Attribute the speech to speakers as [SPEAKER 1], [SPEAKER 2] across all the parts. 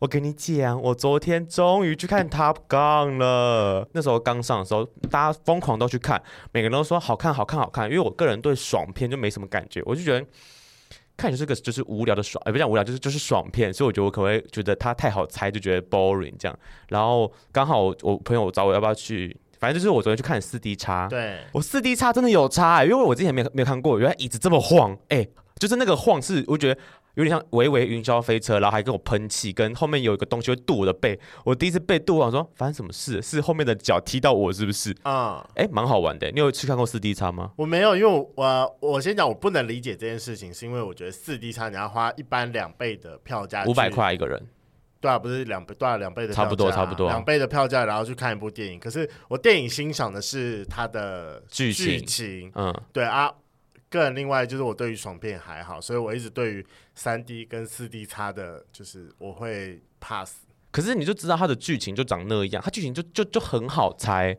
[SPEAKER 1] 我跟你讲，我昨天终于去看 Top Gun 了。那时候刚上的时候，大家疯狂都去看，每个人都说好看、好看、好看。因为我个人对爽片就没什么感觉，我就觉得看就是个就是无聊的爽，哎、不讲无聊，就是就是爽片。所以我觉得我可能会觉得它太好猜，就觉得 boring 这样。然后刚好我我朋友找我要不要去，反正就是我昨天去看四 D 叉，
[SPEAKER 2] 对，
[SPEAKER 1] 我四 D 差真的有差、欸，因为我之前没有没有看过，原来椅子这么晃，哎、就是那个晃是我觉得有点像微微云霄飞车，然后还跟我喷气，跟后面有一个东西会跺我的背，我第一次被跺，我想说发生什么事？是后面的脚踢到我是不是？
[SPEAKER 2] 啊、
[SPEAKER 1] 哎、蛮好玩的、你有去看过四 D 差吗？
[SPEAKER 2] 我没有，因为我我我先讲，我不能理解这件事情，是因为我觉得四 D 差你要花一般两倍的票价，
[SPEAKER 1] 五百，块一个人，
[SPEAKER 2] 对啊，不是两倍，对啊，两倍的票价
[SPEAKER 1] 差不多差不多
[SPEAKER 2] 两倍的票价，然后去看一部电影。可是我电影欣赏的是它的
[SPEAKER 1] 剧情
[SPEAKER 2] 剧情
[SPEAKER 1] 嗯，
[SPEAKER 2] 对啊，个人另外就是我对于爽片还好，所以我一直对于三 D 跟四 D 差的，就是我会 pass。
[SPEAKER 1] 可是你就知道它的剧情就长那样，它剧情就就就很好猜。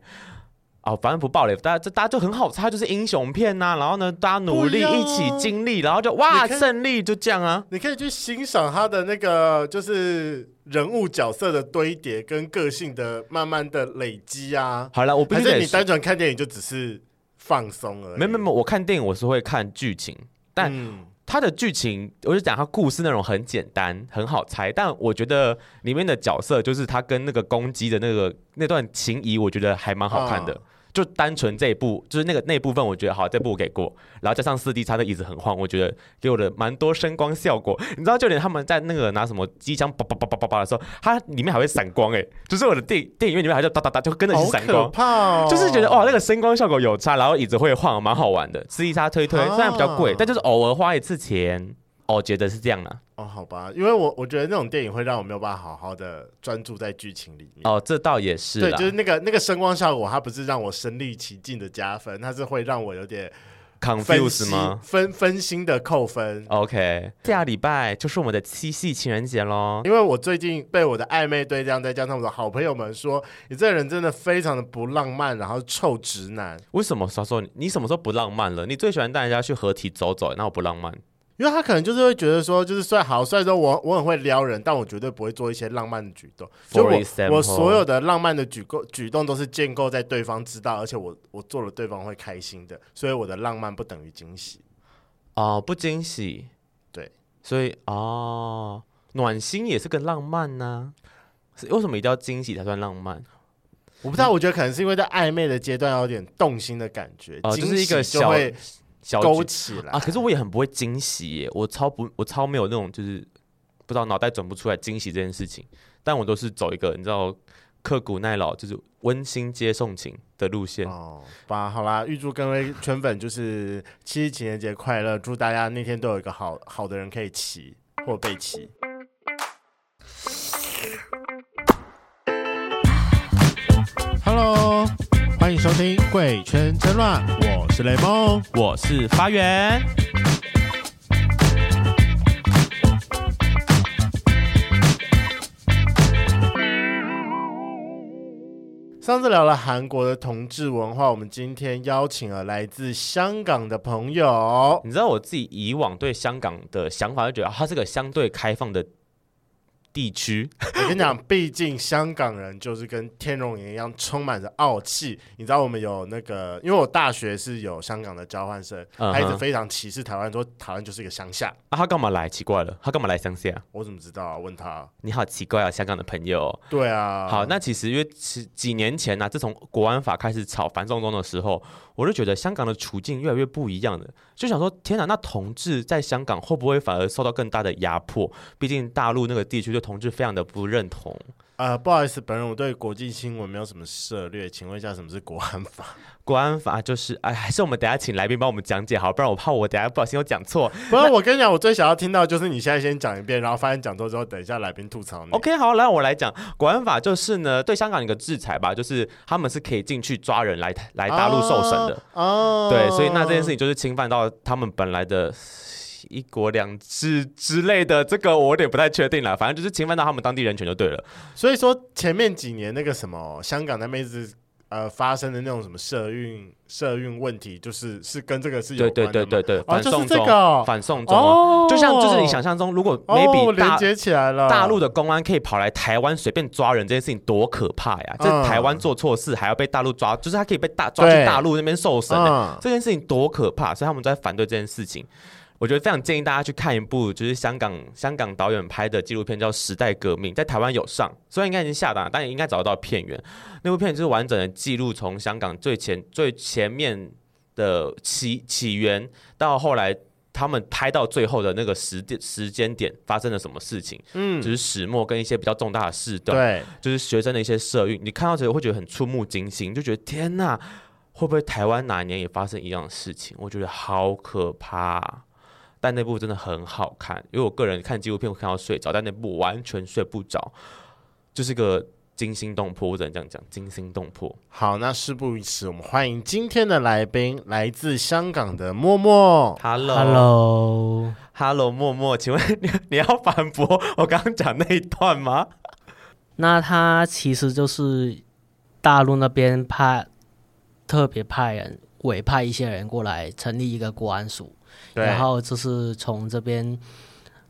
[SPEAKER 1] 哦，反正不爆雷，大家这大家就很好猜，它就是英雄片呐、然后呢，大家努力
[SPEAKER 2] 不一样啊
[SPEAKER 1] 一起经历，然后就哇
[SPEAKER 2] 你看
[SPEAKER 1] 胜利，就这样啊。
[SPEAKER 2] 你可以去欣赏他的那个，就是人物角色的堆叠跟个性的慢慢的累积啊。
[SPEAKER 1] 好了，我必
[SPEAKER 2] 还
[SPEAKER 1] 须
[SPEAKER 2] 是
[SPEAKER 1] 得
[SPEAKER 2] 你
[SPEAKER 1] 说
[SPEAKER 2] 单纯看电影就只是放松而已？
[SPEAKER 1] 没有没有没有，我看电影我是会看剧情，但
[SPEAKER 2] 嗯
[SPEAKER 1] 它的剧情我就讲它故事内容很简单，很好猜，但我觉得里面的角色就是他跟那个公鸡的那个那段情谊，我觉得还蛮好看的。
[SPEAKER 2] 啊
[SPEAKER 1] 就单纯这一部，就是那个那部分，我觉得好，这部我给过，然后加上四 D 差的椅子很晃，我觉得给我的蛮多声光效果。你知道，就连他们在那个拿什么机枪叭叭叭叭叭叭的时候，它里面还会闪光、欸，就是我的电电影院里面还就哒哒哒，就跟着一
[SPEAKER 2] 好
[SPEAKER 1] 起闪
[SPEAKER 2] 可
[SPEAKER 1] 光。
[SPEAKER 2] 怕、哦，
[SPEAKER 1] 就是觉得哇，那个声光效果有差，然后椅子会晃，蛮好玩的。吃一沙推推，
[SPEAKER 2] 啊
[SPEAKER 1] 虽然比较贵，但就是偶尔花一次钱，我觉得是这样啊啦。
[SPEAKER 2] 哦，好吧，因为我我觉得那种电影会让我没有办法好好的专注在剧情里面。
[SPEAKER 1] 哦，这倒也是
[SPEAKER 2] 对，
[SPEAKER 1] 啦，
[SPEAKER 2] 就是那个那个声光效果，它不是让我身临其境的加分，它是会让我有点分
[SPEAKER 1] confuse
[SPEAKER 2] 心
[SPEAKER 1] 吗
[SPEAKER 2] 分分心的扣分。
[SPEAKER 1] ？OK，下礼拜就是我们的七夕情人节喽。
[SPEAKER 2] 因为我最近被我的暧昧对象，再加上我的好朋友们说，你这个人真的非常的不浪漫，然后臭直男。
[SPEAKER 1] 为什么小时候你你什么时候不浪漫了？你最喜欢带人家去合体走走，那我不浪漫。
[SPEAKER 2] 因为他可能就是会觉得说，就是虽然好，虽然说我我很会撩人，但我绝对不会做一些浪漫的举动。就
[SPEAKER 1] For
[SPEAKER 2] 我
[SPEAKER 1] example
[SPEAKER 2] 我所有的浪漫的举构举动都是建构在对方知道，而且我我做了对方会开心的，所以我的浪漫不等于惊喜。
[SPEAKER 1] 哦，不惊喜。
[SPEAKER 2] 对，
[SPEAKER 1] 所以哦，暖心也是个浪漫呐、是为什么一定要惊喜才算浪漫？
[SPEAKER 2] 我不知道，我觉得可能是因为在暧昧的阶段有点动心的感觉，
[SPEAKER 1] 哦，就是一个
[SPEAKER 2] 惊喜
[SPEAKER 1] 小
[SPEAKER 2] 就会
[SPEAKER 1] 小
[SPEAKER 2] 勾
[SPEAKER 1] 举
[SPEAKER 2] 起来
[SPEAKER 1] 啊，可是我也很不会惊喜耶，我超不，我超没有那种就是不知道脑袋转不出来惊喜这件事情，但我都是走一个你知道刻苦耐劳，就是温馨接送情的路线。
[SPEAKER 2] 哦，吧，好啦，预祝各位圈粉就是七夕情人节快乐，祝大家那天都有一个好好的人可以骑或被骑。Hello，欢迎收听《贵圈争乱》，我是雷梦。
[SPEAKER 1] 我是发源，
[SPEAKER 2] 上次聊了韩国的同志文化，我们今天邀请了来自香港的朋友。
[SPEAKER 1] 你知道我自己以往对香港的想法，就觉得啊它是个相对开放的地区，
[SPEAKER 2] 我跟你讲，毕竟香港人就是跟天龙人一样，充满着傲气。你知道我们有那个，因为我大学是有香港的交换生，
[SPEAKER 1] 嗯哼
[SPEAKER 2] 他一直非常歧视台湾，说台湾就是一个乡下。
[SPEAKER 1] 啊，他干嘛来？奇怪了，他干嘛来乡下？
[SPEAKER 2] 我怎么知道啊？问他。
[SPEAKER 1] 你好奇怪啊，香港的朋友哦。
[SPEAKER 2] 对啊，
[SPEAKER 1] 好，那其实因为其几年前呢、自从国安法开始炒反送中的时候，我就觉得香港的处境越来越不一样了，就想说，天哪，那同志在香港会不会反而受到更大的压迫？毕竟大陆那个地区对同志非常的不认同。
[SPEAKER 2] 呃，不好意思，本人我对国际新闻没有什么涉略，请问一下什么是国安法？
[SPEAKER 1] 国安法就是，哎，还是我们等一下请来宾帮我们讲解好，不然我怕我等一下不小心又讲错。
[SPEAKER 2] 不是，我跟你讲，我最想要听到就是你现在先讲一遍，然后发现讲错之后，等一下来宾吐槽 你。
[SPEAKER 1] OK，好，来我来讲，国安法就是呢，对香港一个制裁吧，就是他们是可以进去抓人来来大陆受审的。
[SPEAKER 2] 哦，
[SPEAKER 1] 对，所以那这件事情就是侵犯到他们本来的一国两制之类的，这个我有点不太确定了。反正就是侵犯到他们当地人权就对了。
[SPEAKER 2] 所以说前面几年那个什么香港那边一直呃发生的那种什么社运社运问题，就是是跟这个是有
[SPEAKER 1] 对
[SPEAKER 2] 关的
[SPEAKER 1] 对
[SPEAKER 2] 吗
[SPEAKER 1] 对对对，
[SPEAKER 2] 哦，
[SPEAKER 1] 反
[SPEAKER 2] 就是
[SPEAKER 1] 送
[SPEAKER 2] 这
[SPEAKER 1] 中，
[SPEAKER 2] 个哦，
[SPEAKER 1] 反送中啊，
[SPEAKER 2] 哦
[SPEAKER 1] 就像就是你想象中，如果
[SPEAKER 2] 哦
[SPEAKER 1] maybe
[SPEAKER 2] 连
[SPEAKER 1] 大
[SPEAKER 2] 接起来了，
[SPEAKER 1] 大陆的公安可以跑来台湾随便抓人，这件事情多可怕呀！这
[SPEAKER 2] 嗯
[SPEAKER 1] 台湾做错事还要被大陆抓，就是他可以被大抓去
[SPEAKER 2] 对
[SPEAKER 1] 大陆那边受审欸
[SPEAKER 2] 嗯
[SPEAKER 1] 这件事情多可怕！所以他们都在反对这件事情。我觉得非常建议大家去看一部就是香港香港导演拍的纪录片，叫《时代革命》，在台湾有上，虽然应该已经下档了，但也应该找得到片源。那部片就是完整的记录从香港最前最前面的起起源到后来。他们拍到最后的那个时间时间点发生了什么事情？
[SPEAKER 2] 嗯
[SPEAKER 1] 就是始末跟一些比较重大的事段，
[SPEAKER 2] 对，
[SPEAKER 1] 就是学生的一些社运，你看到这个会觉得很触目惊心，就觉得天呐，会不会台湾哪一年也发生一样的事情？我觉得好可怕啊、但那部真的很好看，因为我个人看纪录片会看到睡着，但那部完全睡不着，就是个惊心动魄，我只能这样讲，惊心动魄。
[SPEAKER 2] 好，那事不宜迟，我们欢迎今天的来宾，来自香港的默默。
[SPEAKER 1] Hello，Hello，
[SPEAKER 3] Hello，
[SPEAKER 1] 默默，请问你你要反驳我刚刚讲那一段吗？
[SPEAKER 3] 那他其实就是大陆那边派特别派人委派一些人过来成立一个国安署，
[SPEAKER 2] 对，
[SPEAKER 3] 然后就是从这边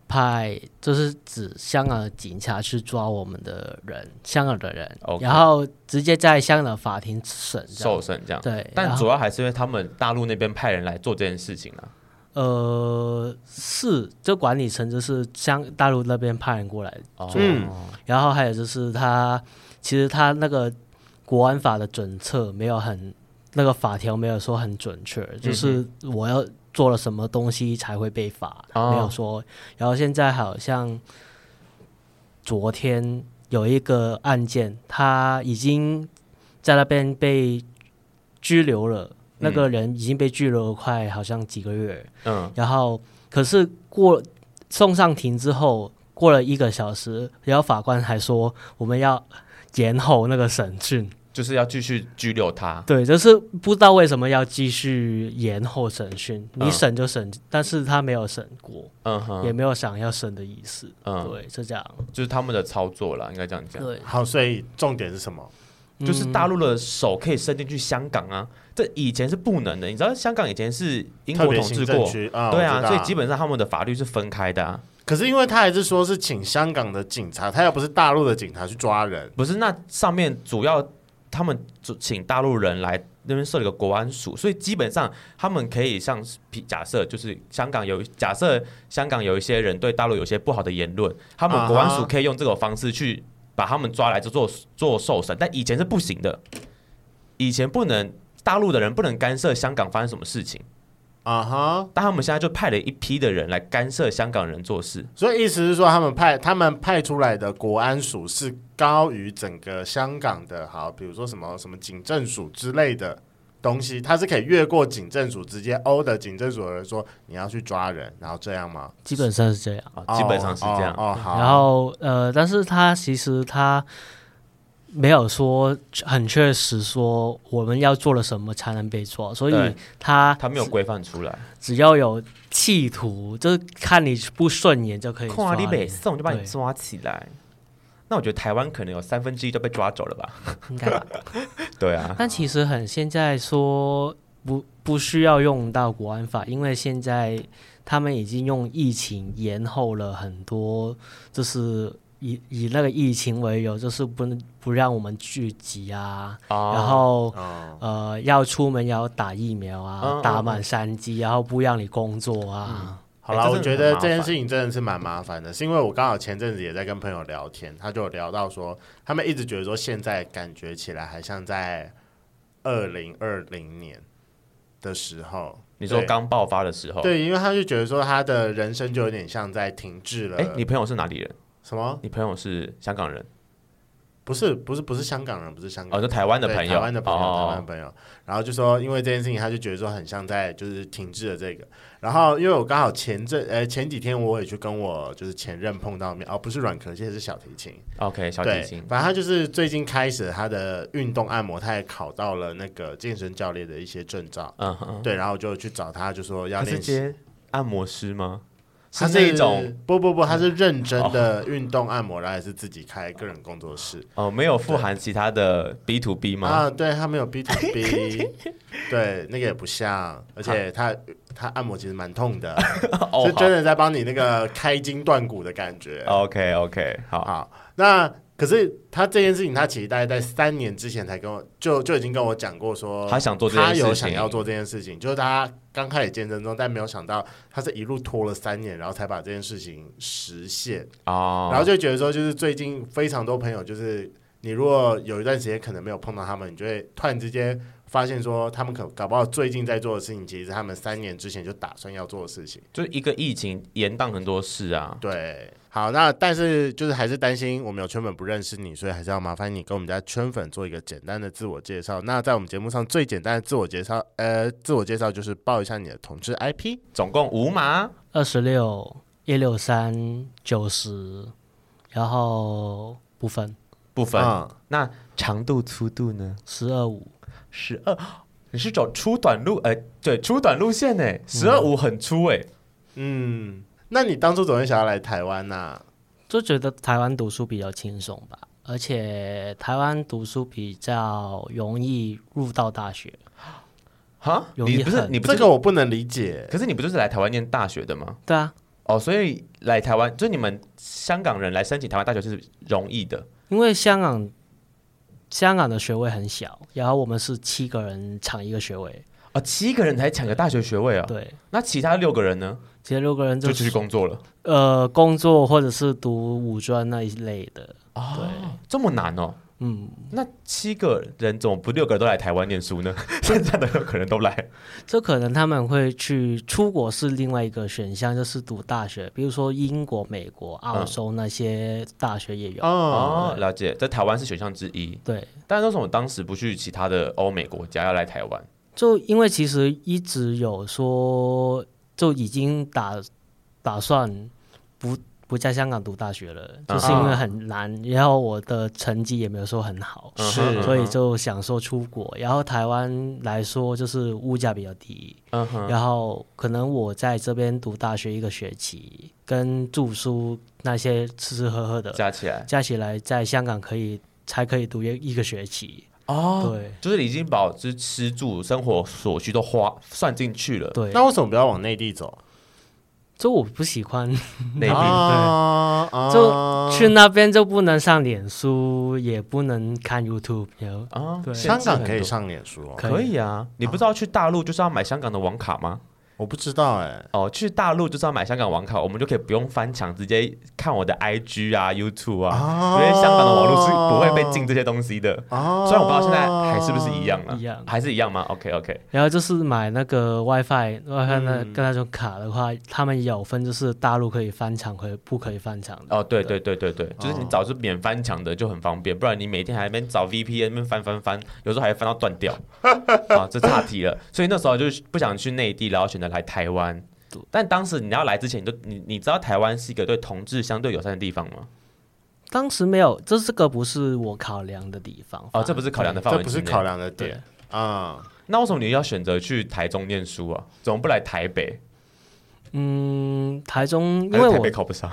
[SPEAKER 3] 派，就是指香港的警察去抓我们的人，香港的人
[SPEAKER 1] OK
[SPEAKER 3] 然后直接在香港法庭审这样
[SPEAKER 1] 受审这样，
[SPEAKER 3] 对，
[SPEAKER 1] 但
[SPEAKER 3] 然后
[SPEAKER 1] 主要还是因为他们大陆那边派人来做这件事情啊。
[SPEAKER 3] 呃是，就管理层就是香大陆那边派人过来
[SPEAKER 1] 哦
[SPEAKER 2] 嗯
[SPEAKER 3] 然后还有就是他，其实他那个国安法的准测没有很，那个法条没有说很准确，就是我要做了什么东西才会被罚，
[SPEAKER 1] 哦
[SPEAKER 3] 没有说。然后现在好像昨天有一个案件，他已经在那边被拘留了，那个人已经被拘留了快好像几个月，
[SPEAKER 1] 嗯，
[SPEAKER 3] 然后可是过送上庭之后，过了一个小时，然后法官还说我们要延后那个审讯。
[SPEAKER 1] 就是要继续拘留他。
[SPEAKER 3] 对，就是不知道为什么要继续延后审讯，
[SPEAKER 1] 嗯
[SPEAKER 3] 你审就审，但是他没有审过，
[SPEAKER 1] 嗯
[SPEAKER 3] 也
[SPEAKER 1] 哼，
[SPEAKER 3] 没有想要审的意思。
[SPEAKER 1] 嗯
[SPEAKER 3] 对，是这样。
[SPEAKER 1] 就是他们的操作啦，应该这样讲。
[SPEAKER 3] 对，
[SPEAKER 2] 好，所以重点是什么？
[SPEAKER 1] 就是大陆的手可以伸进去香港啊，这以前是不能的。你知道香港以前是英
[SPEAKER 2] 特
[SPEAKER 1] 国
[SPEAKER 2] 别
[SPEAKER 1] 统
[SPEAKER 2] 行
[SPEAKER 1] 治
[SPEAKER 2] 政
[SPEAKER 1] 过，
[SPEAKER 2] 区啊，
[SPEAKER 1] 对
[SPEAKER 2] 我
[SPEAKER 1] 啊，
[SPEAKER 2] 知道
[SPEAKER 1] 所以基本上他们的法律是分开的啊。
[SPEAKER 2] 可是因为他还是说是请香港的警察，他又不是大陆的警察去抓人，
[SPEAKER 1] 不是，那上面主要他们就请大陆人来那边设了一个国安署，所以基本上他们可以像是假设，就是香港有假设香港有一些人对大陆有些不好的言论，他们国安
[SPEAKER 2] 啊
[SPEAKER 1] 署
[SPEAKER 2] 哈
[SPEAKER 1] 可以用这种方式去把他们抓来就做做受审，但以前是不行的，以前不能。大陆的人不能干涉香港发生什么事情，
[SPEAKER 2] 啊哈，
[SPEAKER 1] 但他们现在就派了一批的人来干涉香港人做事。
[SPEAKER 2] 所以意思是说他们派他们派出来的国安署是高于整个香港的，好，比如说什么什么警政署之类的东西，他是可以越过警政署直接殴的警政署的人说你要去抓人，然后这样吗？
[SPEAKER 3] 基本上是这样。
[SPEAKER 1] 啊，基本上是这样。
[SPEAKER 2] 哦，哦好，
[SPEAKER 3] 然后呃，但是他其实他没有说很确实说我们要做了什么才能被抓，所以
[SPEAKER 1] 对
[SPEAKER 3] 他
[SPEAKER 1] 他没有规范出来，
[SPEAKER 3] 只要有企图，就是看你不顺眼就可以抓
[SPEAKER 1] 跨你北
[SPEAKER 3] 你，
[SPEAKER 1] 宋就把你
[SPEAKER 3] 对
[SPEAKER 1] 抓起来。那我觉得台湾可能有三分之一都被抓走了 吧？
[SPEAKER 3] 应该吧。
[SPEAKER 1] 对啊，
[SPEAKER 3] 但其实很现在说不不需要用到国安法，因为现在他们已经用疫情延后了很多，就是以以那个疫情为由，就是不能不让我们聚集啊，然后。
[SPEAKER 2] 哦
[SPEAKER 3] 呃，要出门要打疫苗啊，
[SPEAKER 1] 嗯嗯
[SPEAKER 3] 打
[SPEAKER 1] 嗯
[SPEAKER 3] 满三剂，然后不让你工作啊。
[SPEAKER 2] 好啦，我
[SPEAKER 1] 哎这真的很
[SPEAKER 2] 觉得
[SPEAKER 1] 麻
[SPEAKER 2] 这件
[SPEAKER 1] 烦
[SPEAKER 2] 事情真的是蛮麻烦的，是因为我刚好前阵子也在跟朋友聊天，他就有聊到说，他们一直觉得说现在感觉起来还像在二零二零年的时候，
[SPEAKER 1] 你说
[SPEAKER 2] 对
[SPEAKER 1] 刚爆发的时候，，
[SPEAKER 2] 对，因为他就觉得说他的人生就有点像在停滞了。
[SPEAKER 1] 哎，你朋友是哪里人？
[SPEAKER 2] 什么？
[SPEAKER 1] 你朋友是香港人，
[SPEAKER 2] 不是不是不是香港人，不是香港
[SPEAKER 1] 哦，
[SPEAKER 2] 人。
[SPEAKER 1] 就台湾的
[SPEAKER 2] 嗯对
[SPEAKER 1] 朋友，
[SPEAKER 2] 台湾的朋友，台湾的
[SPEAKER 1] 哦，
[SPEAKER 2] 朋友，然后就说，因为这件事情，他就觉得说很像在就是停滞的这个。然后，因为我刚好前阵呃前几天我也去跟我就是前任碰到面，哦，不是软壳蟹是小提琴，
[SPEAKER 1] 哦，OK，小
[SPEAKER 2] 对
[SPEAKER 1] 提，琴，
[SPEAKER 2] 反正他就是最近开始他的运动按摩，他也考到了那个健身教练的一些证照，
[SPEAKER 1] 嗯哼，
[SPEAKER 2] 对，然后我就去找他，就说要
[SPEAKER 1] 他是
[SPEAKER 2] 练习。
[SPEAKER 1] 接按摩师吗？是这种嗯
[SPEAKER 2] 不不不，他是认真的运动按摩，然后还是自己开个人工作室
[SPEAKER 1] 哦，没有富含其他的 B to B 嗯吗？
[SPEAKER 2] 啊？对他没有 B to B，对那个也不像，而且他他按摩其实蛮痛的，
[SPEAKER 1] 哦哦
[SPEAKER 2] 是真的在帮你那个开筋断骨的感觉。
[SPEAKER 1] ，OK OK，好，
[SPEAKER 2] 好，那可是他这件事情，他其实大概在三年之前才跟我就就已经跟我讲过说，
[SPEAKER 1] 他想做这件
[SPEAKER 2] 呃他
[SPEAKER 1] 事情，
[SPEAKER 2] 有想要做这件事情，就是他刚开始健身中，但没有想到他是一路拖了三年，然后才把这件事情实现，
[SPEAKER 1] 哦，
[SPEAKER 2] 然后就觉得说，就是最近非常多朋友，就是你如果有一段时间可能没有碰到他们，你就会突然之间发现说，他们可搞不好最近在做的事情，其实是他们三年之前就打算要做的事情。
[SPEAKER 1] 就一个疫情延宕很多事啊。
[SPEAKER 2] 对，好，那但是就是还是担心我们有圈粉不认识你，所以还是要麻烦你跟我们家圈粉做一个简单的自我介绍。那在我们节目上最简单的自我介绍，呃，自我介绍就是报一下你的统治 IP。
[SPEAKER 1] 总共五码，
[SPEAKER 3] 二十六一六三九十，然后不分
[SPEAKER 1] 不分。
[SPEAKER 2] 嗯
[SPEAKER 1] 那长度粗度呢？
[SPEAKER 3] 十二五，
[SPEAKER 1] 十二，你是走粗短路，哎、对，粗短路线呢、十二五很粗哎、
[SPEAKER 2] 嗯，那你当初怎么会想要来台湾啊呢、
[SPEAKER 3] 就觉得台湾读书比较轻松吧，而且台湾读书比较容易入到大学。
[SPEAKER 1] 哈，
[SPEAKER 3] 有
[SPEAKER 1] 你
[SPEAKER 3] 一
[SPEAKER 1] 不是
[SPEAKER 3] 很
[SPEAKER 1] 你不
[SPEAKER 2] 这
[SPEAKER 1] 是，
[SPEAKER 2] 个我不能理解。
[SPEAKER 1] 可是你不就是来台湾念大学的吗？
[SPEAKER 3] 对啊，
[SPEAKER 1] 哦，所以来台湾，就你们香港人来申请台湾大学是容易的
[SPEAKER 3] 因为香港香港的学位很小，然后我们是七个人抢一个学位，
[SPEAKER 1] 哦，七个人才抢个大学学位啊、
[SPEAKER 3] 对，
[SPEAKER 1] 那其他六个人呢，
[SPEAKER 3] 其实六个人
[SPEAKER 1] 就
[SPEAKER 3] 就
[SPEAKER 1] 出去
[SPEAKER 3] 是
[SPEAKER 1] 工作了。
[SPEAKER 3] 呃工作或者是读五专那一类的，
[SPEAKER 1] 哦，这么难哦。
[SPEAKER 3] 嗯，
[SPEAKER 1] 那七个人怎么不六个人都来台湾念书呢？ 剩下的六个人都来
[SPEAKER 3] 这可能他们会去出国是另外一个选项，就是读大学，比如说英国、美国、澳洲那些大学也有。
[SPEAKER 2] 哦，
[SPEAKER 1] 哦，了解，在台湾是选项之一。
[SPEAKER 3] 对，
[SPEAKER 1] 但是为什么当时不去其他的欧美国家，要来台湾？
[SPEAKER 3] 就因为其实一直有说，就已经打打算不不在香港读大学了，就是因为很难，然后我的成绩也没有说很好，
[SPEAKER 1] 嗯哼
[SPEAKER 2] 是
[SPEAKER 1] 嗯哼
[SPEAKER 3] 所以就想说出国。然后台湾来说，就是物价比较低，
[SPEAKER 1] 嗯哼，
[SPEAKER 3] 然后可能我在这边读大学一个学期，跟住宿那些吃吃喝喝的
[SPEAKER 1] 加起来
[SPEAKER 3] 加起来，在香港可以才可以读一一个学期。
[SPEAKER 1] 哦，
[SPEAKER 3] 对
[SPEAKER 1] 就是已经把这吃住生活所需都花算进去了。
[SPEAKER 3] 对，
[SPEAKER 2] 那为什么不要往内地走？
[SPEAKER 3] 就我不喜欢
[SPEAKER 1] 内地
[SPEAKER 2] 啊啊
[SPEAKER 3] 就去那边就不能上脸书，也不能看 YouTube，然后
[SPEAKER 1] 啊，
[SPEAKER 3] 对
[SPEAKER 1] 限
[SPEAKER 2] 香
[SPEAKER 1] 制
[SPEAKER 2] 港
[SPEAKER 1] 很
[SPEAKER 2] 可以
[SPEAKER 1] 多
[SPEAKER 2] 上脸书、哦，
[SPEAKER 3] 可以
[SPEAKER 1] 可以啊。你不知道去大陆就是要买香港的网卡吗？
[SPEAKER 2] 我不知道哎、
[SPEAKER 1] 哦，去大陆就是要买香港网卡，我们就可以不用翻墙，直接看我的 IG 啊、YouTube 啊，
[SPEAKER 2] 啊
[SPEAKER 1] 因为香港的网络是不会被禁这些东西的。
[SPEAKER 2] 啊
[SPEAKER 1] 虽然我不知道现在还是不是一样了，
[SPEAKER 3] 一样
[SPEAKER 1] 还是一样吗？OK OK，
[SPEAKER 3] 然后就是买那个 WiFi，WiFi 那
[SPEAKER 2] 嗯
[SPEAKER 3] 跟那种卡的话，他们有分就是大陆可以翻墙，可以不可以翻墙的。
[SPEAKER 1] 哦，对对对对对，就是你找是免翻墙的就很方便，不然你每天还在那边找 VPN 那边翻翻翻，有时候还翻到断掉，啊，这岔题了。所以那时候就是不想去内地，然后选择来台湾
[SPEAKER 3] 对。
[SPEAKER 1] 但当时你要来之前，你都你你知道台湾是一个对同志相对友善的地方吗？
[SPEAKER 3] 当时没有，这这个不是我考量的地方。
[SPEAKER 1] 哦，这不是考量的范
[SPEAKER 2] 这
[SPEAKER 1] 围，
[SPEAKER 2] 不是考。量的点啊。
[SPEAKER 1] 那为什么你要选择去台中念书啊？怎么不来台北？
[SPEAKER 3] 嗯，台中，因
[SPEAKER 1] 还
[SPEAKER 3] 为
[SPEAKER 1] 是台
[SPEAKER 3] 我
[SPEAKER 1] 北考不上，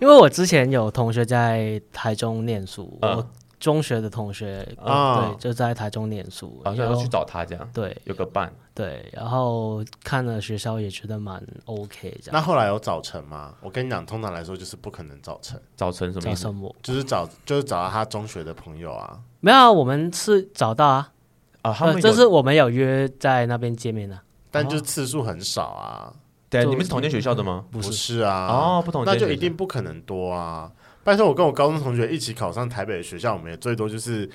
[SPEAKER 3] 因为我之前有同学在台中念书，
[SPEAKER 1] 嗯
[SPEAKER 3] 我中学的同学，
[SPEAKER 2] 啊
[SPEAKER 3] 对，就在台中念书，
[SPEAKER 1] 好像
[SPEAKER 3] 然
[SPEAKER 1] 要
[SPEAKER 3] 后
[SPEAKER 1] 去找他这样，
[SPEAKER 3] 对
[SPEAKER 1] 有个伴。
[SPEAKER 3] 对，然后看了学校也觉得蛮 OK 这
[SPEAKER 2] 那
[SPEAKER 3] 样。
[SPEAKER 2] 后来有早晨吗？我跟你讲，通常来说就是不可能早晨，
[SPEAKER 1] 早晨什么
[SPEAKER 3] 找
[SPEAKER 1] 意思？
[SPEAKER 3] 什么？
[SPEAKER 2] 就是找就是找到他中学的朋友啊。
[SPEAKER 3] 没有啊，我们是找到啊，
[SPEAKER 1] 啊，他们
[SPEAKER 3] 呃
[SPEAKER 1] 有
[SPEAKER 3] 就是我们有约在那边见面的、
[SPEAKER 2] 但就是次数很少啊，
[SPEAKER 1] 对，
[SPEAKER 3] 就
[SPEAKER 1] 你们是同间学校的吗？
[SPEAKER 3] 不是
[SPEAKER 2] 啊，
[SPEAKER 1] 哦，不同间
[SPEAKER 2] 那
[SPEAKER 1] 学校，
[SPEAKER 2] 就一定不可能多啊。但是我跟我高中同学一起考上台北的学校，我们也最多就是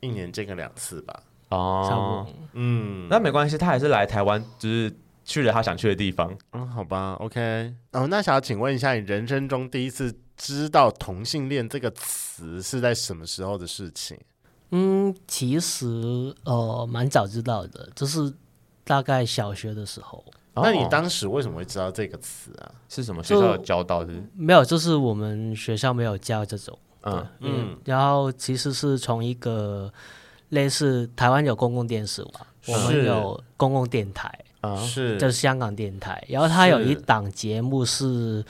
[SPEAKER 2] 一年见个两次吧。
[SPEAKER 3] 差不
[SPEAKER 1] 哦
[SPEAKER 3] 多。。
[SPEAKER 2] 嗯，
[SPEAKER 1] 那没关系，他还是来台湾，就是去了他想去的地方。
[SPEAKER 2] 嗯，好吧，OK。哦，那想要请问一下，你人生中第一次知道同性恋这个词是在什么时候的事情？
[SPEAKER 3] 嗯，其实呃蛮早知道的，就是大概小学的时候，
[SPEAKER 2] 那你
[SPEAKER 1] 哦
[SPEAKER 2] 当时为什么会知道这个词啊？
[SPEAKER 1] 是什么学校有教到的？
[SPEAKER 3] 没有，就是我们学校没有教这种。
[SPEAKER 1] 嗯，
[SPEAKER 2] 嗯
[SPEAKER 3] 嗯，然后其实是从一个类似台湾有公共电视嘛，我
[SPEAKER 2] 是
[SPEAKER 3] 们有公共电台，
[SPEAKER 1] 啊，
[SPEAKER 2] 是
[SPEAKER 3] 就是香港电台，然后他有一
[SPEAKER 2] 是
[SPEAKER 3] 档节目是，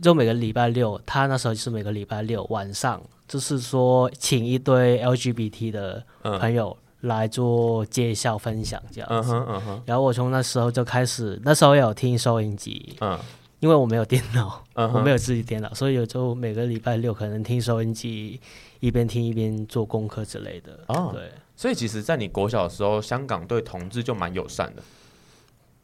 [SPEAKER 3] 就每个礼拜六，他那时候是每个礼拜六晚上，就是说请一堆 LGBT 的
[SPEAKER 1] 嗯
[SPEAKER 3] 朋友来做介绍分享这样
[SPEAKER 1] 嗯
[SPEAKER 3] 子。
[SPEAKER 1] 哼嗯哼
[SPEAKER 3] 然后我从那时候就开始，那时候有听收音机，
[SPEAKER 1] 嗯
[SPEAKER 3] 因为我没有电脑，
[SPEAKER 1] 嗯哼，
[SPEAKER 3] 我没
[SPEAKER 1] 有
[SPEAKER 3] 有自己电脑，所以我就每个礼拜六可能听收音机，一边听一边做功课之类的。
[SPEAKER 1] 哦
[SPEAKER 3] 对，
[SPEAKER 1] 所以其实，在你国小的时候，香港对同志就蛮友善的，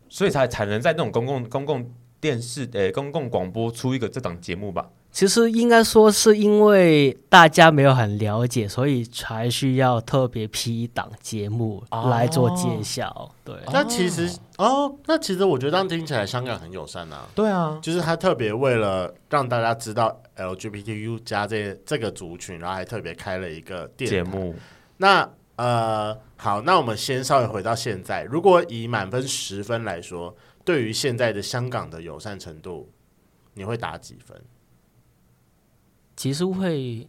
[SPEAKER 1] 所以才才能在那种公共公共电视呃公共广播出一个这档节目吧。
[SPEAKER 3] 其实应该说是因为大家没有很了解，所以才需要特别批一档节目
[SPEAKER 1] 哦
[SPEAKER 3] 来做介绍。
[SPEAKER 2] 哦
[SPEAKER 3] 对，
[SPEAKER 2] 那其实哦，那其实我觉得这样听起来香港很友善啊，
[SPEAKER 1] 对啊，
[SPEAKER 2] 就是他特别为了让大家知道 LGBTQ 加这这个族群，然后还特别开了一个电台
[SPEAKER 1] 节。目
[SPEAKER 2] 那呃，好，那我们先稍微回到现在，如果以满分十分来说，对于现在的香港的友善程度，你会打几分？
[SPEAKER 3] 其实会，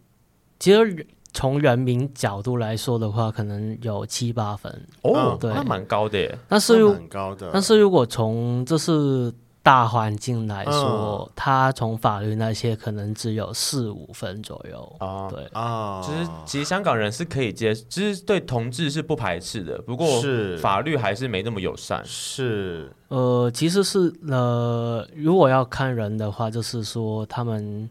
[SPEAKER 3] 其实从人民角度来说的话，可能有七八分。
[SPEAKER 1] 哦
[SPEAKER 2] 嗯，
[SPEAKER 3] 对
[SPEAKER 1] 那蛮高的耶。
[SPEAKER 3] 但是
[SPEAKER 2] 那
[SPEAKER 3] 如
[SPEAKER 2] 蛮高的，
[SPEAKER 3] 但是如果从就是大环境来
[SPEAKER 2] 嗯
[SPEAKER 3] 说，它从法律那些可能只有四五分左右。
[SPEAKER 1] 啊，
[SPEAKER 3] 对，
[SPEAKER 2] 啊，
[SPEAKER 1] 其实其实香港人是可以接，其实对同志是不排斥的，不过
[SPEAKER 2] 是
[SPEAKER 1] 法律还是没那么友善。
[SPEAKER 2] 是
[SPEAKER 3] 呃，其实是呃，如果要看人的话，就是说他们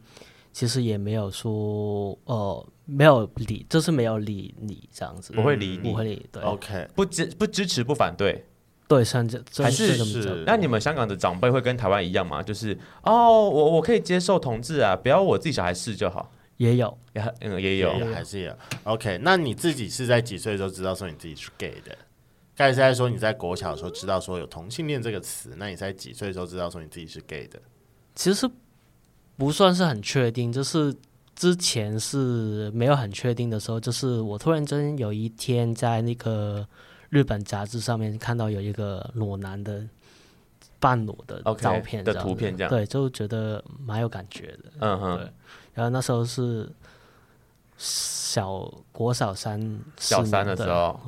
[SPEAKER 3] 其实也没有说呃没有理，就是没有理你这样子，
[SPEAKER 1] 不会理哦你
[SPEAKER 3] 不会理对、
[SPEAKER 2] OK，
[SPEAKER 1] 不支不支持不反对，
[SPEAKER 3] 对，像这这
[SPEAKER 1] 还是
[SPEAKER 3] 这么着
[SPEAKER 2] 是
[SPEAKER 1] 那你们香港的长辈会跟台湾一样吗？就是哦，我我可以接受同志啊，不要我自己小孩试就好。
[SPEAKER 3] 也有，
[SPEAKER 1] 也嗯也有，
[SPEAKER 2] 还是有 OK。那你自己是在几岁的时候知道说你自己是 gay 的？刚才是在说你在国小的时候知道说有同性恋这个词，那你在几岁的时候知道说你自己是 gay 的？
[SPEAKER 3] 其实不算是很确定，就是之前是没有很确定的时候，就是我突然间有一天在那个日本杂志上面看到有一个裸男的半裸的
[SPEAKER 1] OK，
[SPEAKER 3] 照片
[SPEAKER 1] 的
[SPEAKER 3] 这样子
[SPEAKER 1] 图片这样
[SPEAKER 3] 对，就觉得蛮有感觉的。
[SPEAKER 1] 嗯哼，
[SPEAKER 3] 然后那时候是小国小三，
[SPEAKER 1] 小
[SPEAKER 3] 四
[SPEAKER 1] 三的
[SPEAKER 3] 年
[SPEAKER 1] 时候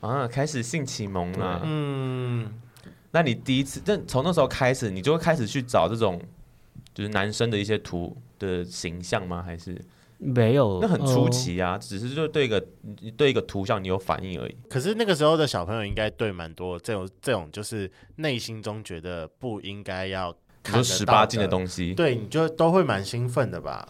[SPEAKER 1] 啊，开始性启蒙了。
[SPEAKER 2] 嗯，
[SPEAKER 1] 那你第一次，但从那时候开始，你就会开始去找这种就是男生的一些图的形象吗？还是
[SPEAKER 3] 没有，
[SPEAKER 1] 那很出
[SPEAKER 3] 呃
[SPEAKER 1] 奇啊？只是就对一个你对一个图像你有反应而已。
[SPEAKER 2] 可是那个时候的小朋友应该对蛮多这种这种就是内心中觉得不应该要
[SPEAKER 1] 你
[SPEAKER 2] 看
[SPEAKER 1] 说
[SPEAKER 2] 得
[SPEAKER 1] 十
[SPEAKER 2] 到
[SPEAKER 1] 八禁的东西，
[SPEAKER 2] 对，你就都会蛮兴奋的吧？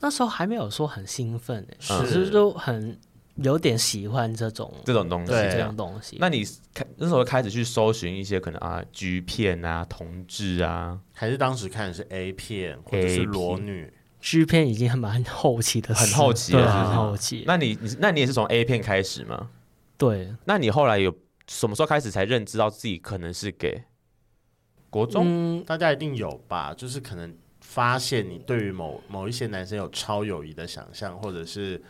[SPEAKER 3] 那时候还没有说很兴奋、欸，
[SPEAKER 2] 是
[SPEAKER 1] 嗯
[SPEAKER 3] 只是就很有点喜欢这种
[SPEAKER 1] 这种东西
[SPEAKER 2] 对
[SPEAKER 1] 这
[SPEAKER 3] 这
[SPEAKER 1] 样。
[SPEAKER 3] 种东西。
[SPEAKER 1] 那你开那时候开始去搜寻一些可能啊 G 片啊、同志啊，
[SPEAKER 2] 还是当时看的是 A 片或者是
[SPEAKER 1] A
[SPEAKER 2] 裸
[SPEAKER 1] 片
[SPEAKER 2] 女？
[SPEAKER 3] G 片已经很蛮后期的事，
[SPEAKER 1] 很后期
[SPEAKER 3] 对，
[SPEAKER 1] 了
[SPEAKER 3] 很
[SPEAKER 1] 是吗
[SPEAKER 3] 后期。
[SPEAKER 1] 那你你那你也是从 A 片开始吗？
[SPEAKER 3] 对，
[SPEAKER 1] 那你后来有什么时候开始才认知到自己可能是给国中？
[SPEAKER 3] 嗯，
[SPEAKER 2] 大家一定有吧？就是可能发现你对于某某一些男生有超友谊的想象，或者是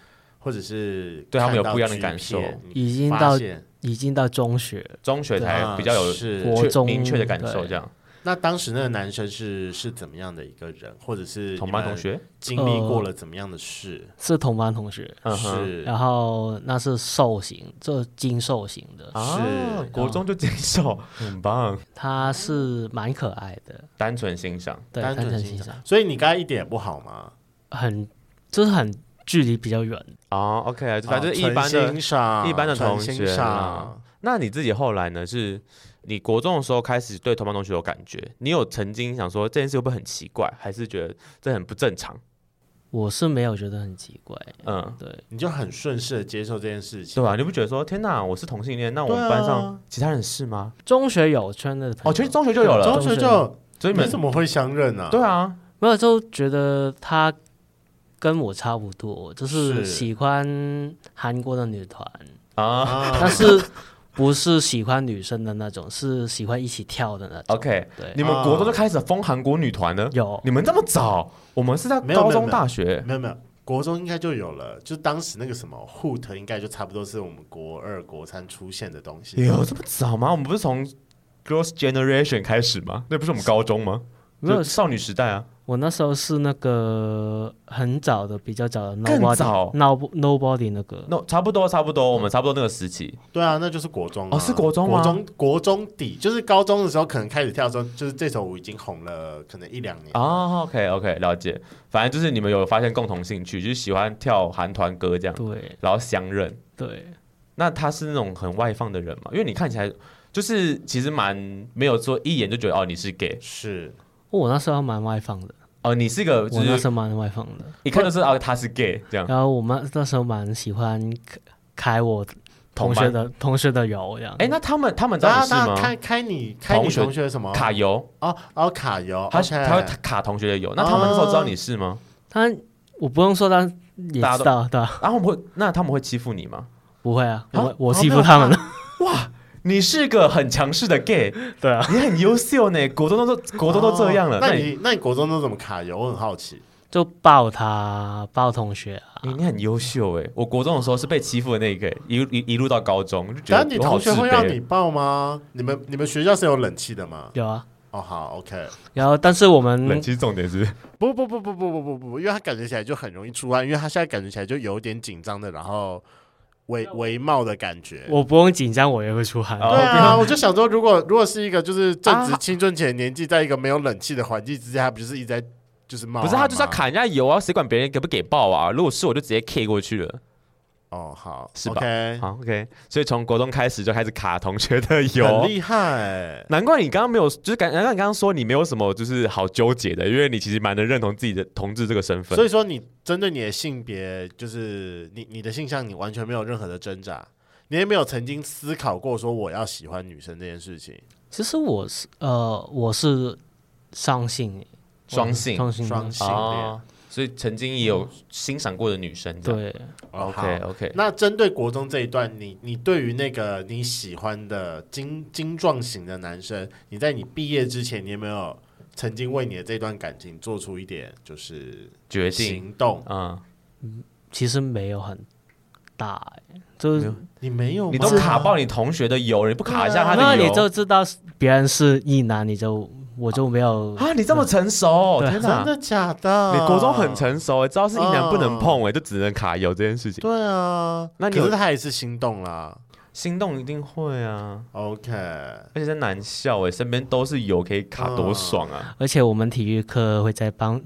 [SPEAKER 2] 或者是
[SPEAKER 1] 对他们有
[SPEAKER 2] 看到
[SPEAKER 1] 不一样的感受
[SPEAKER 2] G 片你
[SPEAKER 3] 已经
[SPEAKER 2] 发
[SPEAKER 3] 到
[SPEAKER 2] 现
[SPEAKER 3] 已经到中学，
[SPEAKER 1] 中学才
[SPEAKER 2] 啊
[SPEAKER 1] 比较有
[SPEAKER 2] 是
[SPEAKER 1] 确
[SPEAKER 3] 国中
[SPEAKER 1] 明确的感受，
[SPEAKER 3] 对
[SPEAKER 1] 这样
[SPEAKER 2] 那当时那个男生是是怎么样的一个人，或者是
[SPEAKER 1] 同班同学，
[SPEAKER 2] 经历过了怎么样的事？
[SPEAKER 3] 是同班同学，
[SPEAKER 1] 嗯哼，
[SPEAKER 2] 是
[SPEAKER 3] 然后那是瘦型，这精瘦型的，
[SPEAKER 1] 啊，
[SPEAKER 2] 是
[SPEAKER 1] 国中就接受，很棒，
[SPEAKER 3] 他是蛮可爱的，
[SPEAKER 1] 单纯欣赏，
[SPEAKER 3] 对，
[SPEAKER 2] 单
[SPEAKER 3] 单
[SPEAKER 2] 纯
[SPEAKER 3] 纯
[SPEAKER 2] 欣
[SPEAKER 3] 欣
[SPEAKER 2] 赏
[SPEAKER 3] 赏，
[SPEAKER 2] 所以你刚才一点也不好吗？
[SPEAKER 3] 很就是很距离比较远。
[SPEAKER 1] 哦，OK，啊反正就是一般
[SPEAKER 2] 纯
[SPEAKER 1] 的
[SPEAKER 2] 欣。赏
[SPEAKER 1] 一般的同学嗯
[SPEAKER 2] 纯欣赏
[SPEAKER 1] 啦，那你自己后来呢？是你国中的时候开始对同班同学有感觉，你有曾经想说这件事会不会很奇怪，还是觉得这很不正常？
[SPEAKER 3] 我是没有觉得很奇怪，
[SPEAKER 1] 嗯，
[SPEAKER 3] 对，
[SPEAKER 2] 你就很顺势的接受这件事情。
[SPEAKER 1] 对啊，你不觉得说天哪，我是同性恋，那我
[SPEAKER 2] 对
[SPEAKER 1] 们
[SPEAKER 2] 啊
[SPEAKER 1] 班上其他人是吗？
[SPEAKER 3] 中学有圈的朋
[SPEAKER 1] 哦，
[SPEAKER 3] 友
[SPEAKER 1] 其实中学就有了，
[SPEAKER 2] 中学就
[SPEAKER 1] 所以你
[SPEAKER 2] 你
[SPEAKER 1] 们
[SPEAKER 2] 怎么会相认呢、啊？
[SPEAKER 1] 对啊，
[SPEAKER 3] 没有，就觉得他跟我差不多，就是
[SPEAKER 2] 是
[SPEAKER 3] 喜欢韩国的女团，
[SPEAKER 1] 啊
[SPEAKER 2] 啊
[SPEAKER 3] 但是不是喜欢女生的那种，是喜欢一起跳的那种。
[SPEAKER 1] ，OK，
[SPEAKER 3] 对，
[SPEAKER 1] 你们
[SPEAKER 2] 啊
[SPEAKER 1] 国中就开始封韩国女团了？
[SPEAKER 3] 有
[SPEAKER 1] 你们这么早？我们是在
[SPEAKER 2] 没有
[SPEAKER 1] 高
[SPEAKER 2] 没
[SPEAKER 1] 中、
[SPEAKER 2] 有
[SPEAKER 1] 大学
[SPEAKER 2] 没有没有，国中应该就有了，就当时那个什么 Hoot 应该就差不多是我们国二、国三出现的东西。
[SPEAKER 1] 有这么早吗？我们不是从 Girls Generation 开始吗？那不是我们高中吗？
[SPEAKER 3] 没有
[SPEAKER 1] 就少女时代啊！
[SPEAKER 3] 我那时候是那个很早的，比较早的
[SPEAKER 1] 更
[SPEAKER 3] Nobody
[SPEAKER 1] 早
[SPEAKER 3] No Nobody 那个，
[SPEAKER 1] 那、差不多差不多，我们差不多那个时期，
[SPEAKER 2] 对啊，那就是国中啊、
[SPEAKER 1] 哦是国中吗
[SPEAKER 2] 国中国中底就是高中的时候，可能开始跳的时候，就是这首舞已经红了，可能一两年。
[SPEAKER 1] 哦，OK OK，了解。反正就是你们有发现共同兴趣，就是喜欢跳韩团歌这样，
[SPEAKER 3] 对
[SPEAKER 1] 然后相认。
[SPEAKER 3] 对，
[SPEAKER 1] 那他是那种很外放的人嘛？因为你看起来就是其实蛮没有说一眼就觉得哦你是 gay，
[SPEAKER 2] 是，
[SPEAKER 3] 我那时候蛮外放的，
[SPEAKER 1] 哦你是个就
[SPEAKER 3] 我那时
[SPEAKER 1] 是
[SPEAKER 3] 候蛮外放的，
[SPEAKER 1] 一看就知道哦他是 gay 这
[SPEAKER 2] 嗯
[SPEAKER 1] 样。
[SPEAKER 3] 然后我们那时候蛮喜欢开开我同学的同学的油这样，
[SPEAKER 1] 哎，那他们他们知道
[SPEAKER 2] 那
[SPEAKER 1] 你是
[SPEAKER 2] 那
[SPEAKER 1] 吗？
[SPEAKER 2] 开开你开你
[SPEAKER 1] 同学
[SPEAKER 2] 同学什么
[SPEAKER 1] 卡油，
[SPEAKER 2] 哦哦卡油，
[SPEAKER 1] 他
[SPEAKER 2] OK
[SPEAKER 1] 他会卡同学的油。那他们那时候知道你是吗？
[SPEAKER 3] 但我不用说，但也
[SPEAKER 1] 大家
[SPEAKER 3] 知
[SPEAKER 1] 都
[SPEAKER 3] 道，对
[SPEAKER 2] 哦
[SPEAKER 3] 吧？
[SPEAKER 1] 然后会那啊他们会欺负你吗？
[SPEAKER 3] 不会啊，
[SPEAKER 1] 啊
[SPEAKER 3] 我我
[SPEAKER 1] 啊
[SPEAKER 3] 欺
[SPEAKER 1] 没有
[SPEAKER 3] 负他们了，
[SPEAKER 1] 你是个很强势的 gay，
[SPEAKER 3] 对啊，
[SPEAKER 1] 你很优秀呢，国中都国中都这样了，
[SPEAKER 2] 哦
[SPEAKER 1] 那
[SPEAKER 2] 那
[SPEAKER 1] 你
[SPEAKER 2] 你那你国中都怎么卡油？我很好奇。
[SPEAKER 3] 就抱他抱同学啊，
[SPEAKER 1] 你你很优秀哎！我国中的时候是被欺负的那个，一路一一路到高中，就觉
[SPEAKER 2] 然
[SPEAKER 1] 得
[SPEAKER 2] 后你
[SPEAKER 1] 我好
[SPEAKER 2] 同学
[SPEAKER 1] 自
[SPEAKER 2] 会让
[SPEAKER 1] 卑
[SPEAKER 2] 你抱吗？你们你们学校是有冷气的吗？
[SPEAKER 3] 有啊，
[SPEAKER 2] 哦，好，OK。
[SPEAKER 3] 然后但是我
[SPEAKER 1] 冷
[SPEAKER 2] 嗯
[SPEAKER 3] 们
[SPEAKER 1] 气重点是
[SPEAKER 2] 不不不不不不不不，因为他感觉起来就很容易出汗，因为他现在感觉起来就有点紧张的，然后围围帽的感觉。
[SPEAKER 3] 我不用紧张，我也会出汗，
[SPEAKER 1] 哦
[SPEAKER 2] 对
[SPEAKER 1] 对啊
[SPEAKER 2] 啊，我就想说，如果如果是一个就是正值
[SPEAKER 1] 啊
[SPEAKER 2] 青春期的年纪，在一个没有冷气的环境之下，他不就是一直在就是冒
[SPEAKER 1] 不
[SPEAKER 2] 汗吗？
[SPEAKER 1] 是他就是要砍人家油啊？谁管别人给不给爆啊？如果是我就直接 K 过去了。
[SPEAKER 2] 哦，好，
[SPEAKER 1] 是吧
[SPEAKER 2] OK，
[SPEAKER 1] 好，OK，所以从国中开始就开始卡同学的
[SPEAKER 2] 很
[SPEAKER 1] 油。
[SPEAKER 2] 厉害。
[SPEAKER 1] 难怪你刚刚没有，就是感，难怪你刚刚说你没有什么就是好纠结的，因为你其实蛮能认同自己的同志这个身份
[SPEAKER 2] 所。以说，你针对你的性别，就是你你的性向，你完全没有任何的挣扎，你也没有曾经思考过说我要喜欢女生这件事情。
[SPEAKER 3] 其实我是呃，我是双性耶，
[SPEAKER 1] 双性
[SPEAKER 3] 双性，
[SPEAKER 2] 双性
[SPEAKER 1] 哦，所以曾经也有欣赏过的女生这样。
[SPEAKER 3] 对，
[SPEAKER 2] 哦好
[SPEAKER 1] ，OK OK，
[SPEAKER 2] 那针对国中这一段，你你对于那个你喜欢的精精壮型的男生，你在你毕业之前，你有没有曾经为你的这段感情做出一点就是
[SPEAKER 1] 决定，
[SPEAKER 2] 行动？
[SPEAKER 1] 嗯，
[SPEAKER 3] 其实没有很大耶，就是
[SPEAKER 2] 你没有吗，
[SPEAKER 1] 你都卡爆你同学的油，你不卡一下他
[SPEAKER 2] 啊
[SPEAKER 3] 那
[SPEAKER 1] 的油？
[SPEAKER 3] 你就知道别人是异男，你就我就没有
[SPEAKER 1] 啊啊，你这么成熟、
[SPEAKER 3] 对
[SPEAKER 1] 天
[SPEAKER 2] 真
[SPEAKER 1] 哪！
[SPEAKER 2] 的哦假 的？
[SPEAKER 1] 你国中很，成熟、欸知道是一男不能碰、哎、就只能卡油这件事情。
[SPEAKER 2] 对啊。
[SPEAKER 1] 那你有
[SPEAKER 2] 可是他也是心动啦。
[SPEAKER 1] 心动一定会啊，
[SPEAKER 2] OK，
[SPEAKER 1] 而且在男校哎、身边都是油，可以卡多爽啊！
[SPEAKER 3] 而且我们体育课会在帮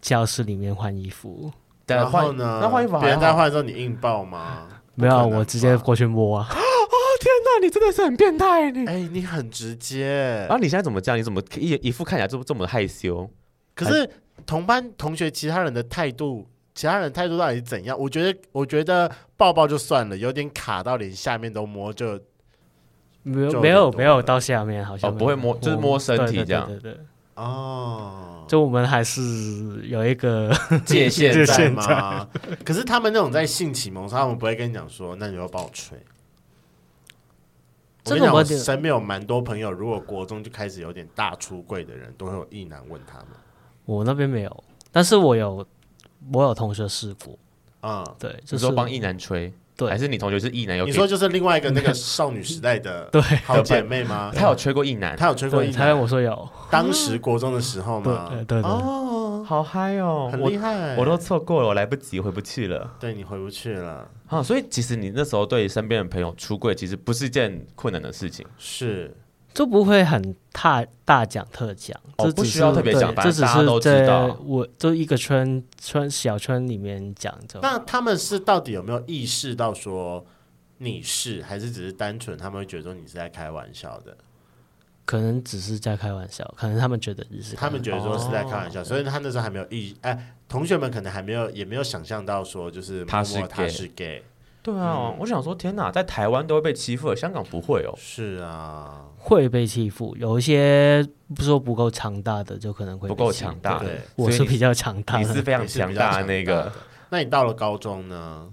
[SPEAKER 3] 教室里面换衣服，
[SPEAKER 1] 但
[SPEAKER 2] 然
[SPEAKER 1] 啊换
[SPEAKER 2] 后呢？
[SPEAKER 1] 那换衣服
[SPEAKER 2] 别
[SPEAKER 1] 还
[SPEAKER 2] 人在
[SPEAKER 1] 好。
[SPEAKER 2] 换的时候，你硬抱吗？
[SPEAKER 3] 没有啊，
[SPEAKER 2] 不可能吧
[SPEAKER 3] 我直接过去摸啊。
[SPEAKER 1] 那你真的是很变态欸 你。
[SPEAKER 2] 哎、你很直接。
[SPEAKER 1] 然后、啊你现在怎么这样？你怎么一一副看起来这么这么害羞？
[SPEAKER 2] 可是同班同学其他人的态度，其他人态度到底是怎样？我觉得，我觉得抱抱就算了，有点卡到连下面都摸就，
[SPEAKER 3] 没有
[SPEAKER 2] 就
[SPEAKER 3] 没
[SPEAKER 2] 有点
[SPEAKER 3] 有
[SPEAKER 2] 多
[SPEAKER 3] 没有到下面，好像
[SPEAKER 1] 哦不会摸
[SPEAKER 3] 我
[SPEAKER 1] 就是摸身体
[SPEAKER 3] 对对
[SPEAKER 1] 这样
[SPEAKER 3] 对对对，
[SPEAKER 2] 哦，
[SPEAKER 3] 就我们还是有一个
[SPEAKER 1] 界限
[SPEAKER 3] 界
[SPEAKER 1] 在
[SPEAKER 3] 限
[SPEAKER 2] 在吗？可是他们那种在性启蒙上，他们不会跟你讲说，那你要帮我吹。我
[SPEAKER 3] 这
[SPEAKER 2] 跟你
[SPEAKER 3] 个
[SPEAKER 2] 讲，
[SPEAKER 3] 我
[SPEAKER 2] 我
[SPEAKER 3] 觉得
[SPEAKER 2] 身边有蛮多朋友，如果国中就开始有点大出柜的人，都会有意难问他们。
[SPEAKER 3] 我那边没有，但是我有我有同学试过，
[SPEAKER 2] 嗯，
[SPEAKER 3] 对，
[SPEAKER 1] 你
[SPEAKER 3] 就是
[SPEAKER 1] 说帮一男吹，
[SPEAKER 3] 对
[SPEAKER 1] 还是你同学是一男有给？
[SPEAKER 2] 你说就是另外一个那个少女时代的
[SPEAKER 3] 对
[SPEAKER 2] 好姐妹吗？
[SPEAKER 1] 他有吹过一男，
[SPEAKER 2] 她有吹过
[SPEAKER 3] 对，
[SPEAKER 2] 一
[SPEAKER 3] 他
[SPEAKER 2] 男，
[SPEAKER 3] 我说有，
[SPEAKER 2] 当时国中的时候
[SPEAKER 3] 对
[SPEAKER 2] 吗
[SPEAKER 3] 对？对对，
[SPEAKER 2] 哦，
[SPEAKER 1] 好嗨哦
[SPEAKER 2] 很
[SPEAKER 1] 我
[SPEAKER 2] 厉害，
[SPEAKER 1] 我都错过了，我来不及回不去了
[SPEAKER 2] 对你回不去了，
[SPEAKER 1] 啊！所以其实你那时候对身边的朋友出柜，其实不是一件困难的事情。
[SPEAKER 2] 是
[SPEAKER 3] 就不会很大大讲特讲，
[SPEAKER 1] 哦
[SPEAKER 3] 这
[SPEAKER 1] 不
[SPEAKER 3] 只
[SPEAKER 1] 需
[SPEAKER 3] 是
[SPEAKER 1] 要特别
[SPEAKER 3] 对
[SPEAKER 1] 讲反
[SPEAKER 3] 这
[SPEAKER 1] 正
[SPEAKER 3] 只
[SPEAKER 1] 大家都
[SPEAKER 3] 是
[SPEAKER 1] 知
[SPEAKER 3] 在
[SPEAKER 1] 道
[SPEAKER 3] 我就一个圈圈小圈里面讲就。
[SPEAKER 2] 那他们是到底有没有意识到说你是，还是只是单纯他们会觉得说你是在开玩笑的？
[SPEAKER 3] 可能只是在开玩笑，可能他们觉得只是开
[SPEAKER 2] 他
[SPEAKER 3] 玩
[SPEAKER 2] 们觉得说是在开玩笑，所以他那时候还没有意，哎，同学们可能还没有，也没有想象到说就是
[SPEAKER 1] 他是
[SPEAKER 2] 默默他
[SPEAKER 1] gay
[SPEAKER 2] 是 gay，
[SPEAKER 1] 对啊，我想说，天哪，在台湾都会被欺负了，香港不会哦。
[SPEAKER 2] 是啊，
[SPEAKER 3] 会被欺负，有一些不说不够强大的，就可能会被
[SPEAKER 1] 不够
[SPEAKER 3] 欺负
[SPEAKER 1] 强大
[SPEAKER 2] 对。
[SPEAKER 3] 我是
[SPEAKER 1] 所以你
[SPEAKER 3] 比较强大
[SPEAKER 1] 你是
[SPEAKER 3] 的，
[SPEAKER 1] 非常强大的那 个，
[SPEAKER 2] 那你到了高中呢？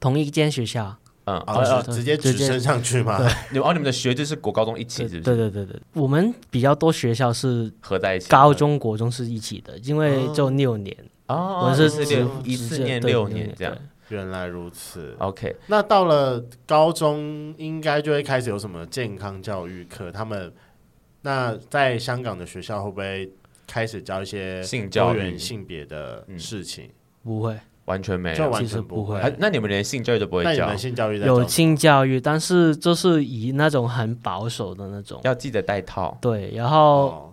[SPEAKER 3] 同一间学校，
[SPEAKER 1] 嗯，
[SPEAKER 2] 啊，
[SPEAKER 1] 呃
[SPEAKER 2] 是
[SPEAKER 1] 呃
[SPEAKER 3] 对
[SPEAKER 2] 直接直
[SPEAKER 3] 直接
[SPEAKER 2] 升上去吗？
[SPEAKER 1] 你们哦，你们的学制是国高中一起，
[SPEAKER 3] 对
[SPEAKER 1] 是
[SPEAKER 3] 对
[SPEAKER 1] 不是
[SPEAKER 3] 对对对，我们比较多学校是
[SPEAKER 1] 合在一起？
[SPEAKER 3] 高中、国中是一起的，因为就六年，
[SPEAKER 1] 哦，
[SPEAKER 3] 我们是
[SPEAKER 1] 一
[SPEAKER 3] 直
[SPEAKER 1] 年一次
[SPEAKER 3] 直
[SPEAKER 1] 念
[SPEAKER 3] 对
[SPEAKER 1] 六
[SPEAKER 3] 六
[SPEAKER 1] 年
[SPEAKER 3] 年
[SPEAKER 1] 这样
[SPEAKER 3] 对。
[SPEAKER 2] 原来如此。
[SPEAKER 1] OK，
[SPEAKER 2] 那到了高中，应该就会开始有什么健康教育课？他们那在香港的学校会不会开始教一些
[SPEAKER 1] 性
[SPEAKER 2] 多
[SPEAKER 1] 教育
[SPEAKER 2] 元性别的事情？
[SPEAKER 3] 不会，
[SPEAKER 1] 完全没
[SPEAKER 2] 就
[SPEAKER 1] 有。
[SPEAKER 2] 完
[SPEAKER 3] 其实
[SPEAKER 2] 全
[SPEAKER 3] 不
[SPEAKER 2] 会
[SPEAKER 3] 会完。
[SPEAKER 1] 还那你们连性教育都不会
[SPEAKER 2] 那你
[SPEAKER 1] 教
[SPEAKER 2] 们，性教育在
[SPEAKER 3] 有
[SPEAKER 2] 教什么
[SPEAKER 3] 性教育，但是就是以那种很保守的那种。
[SPEAKER 1] 要记得带套。
[SPEAKER 3] 对，然后
[SPEAKER 2] 哦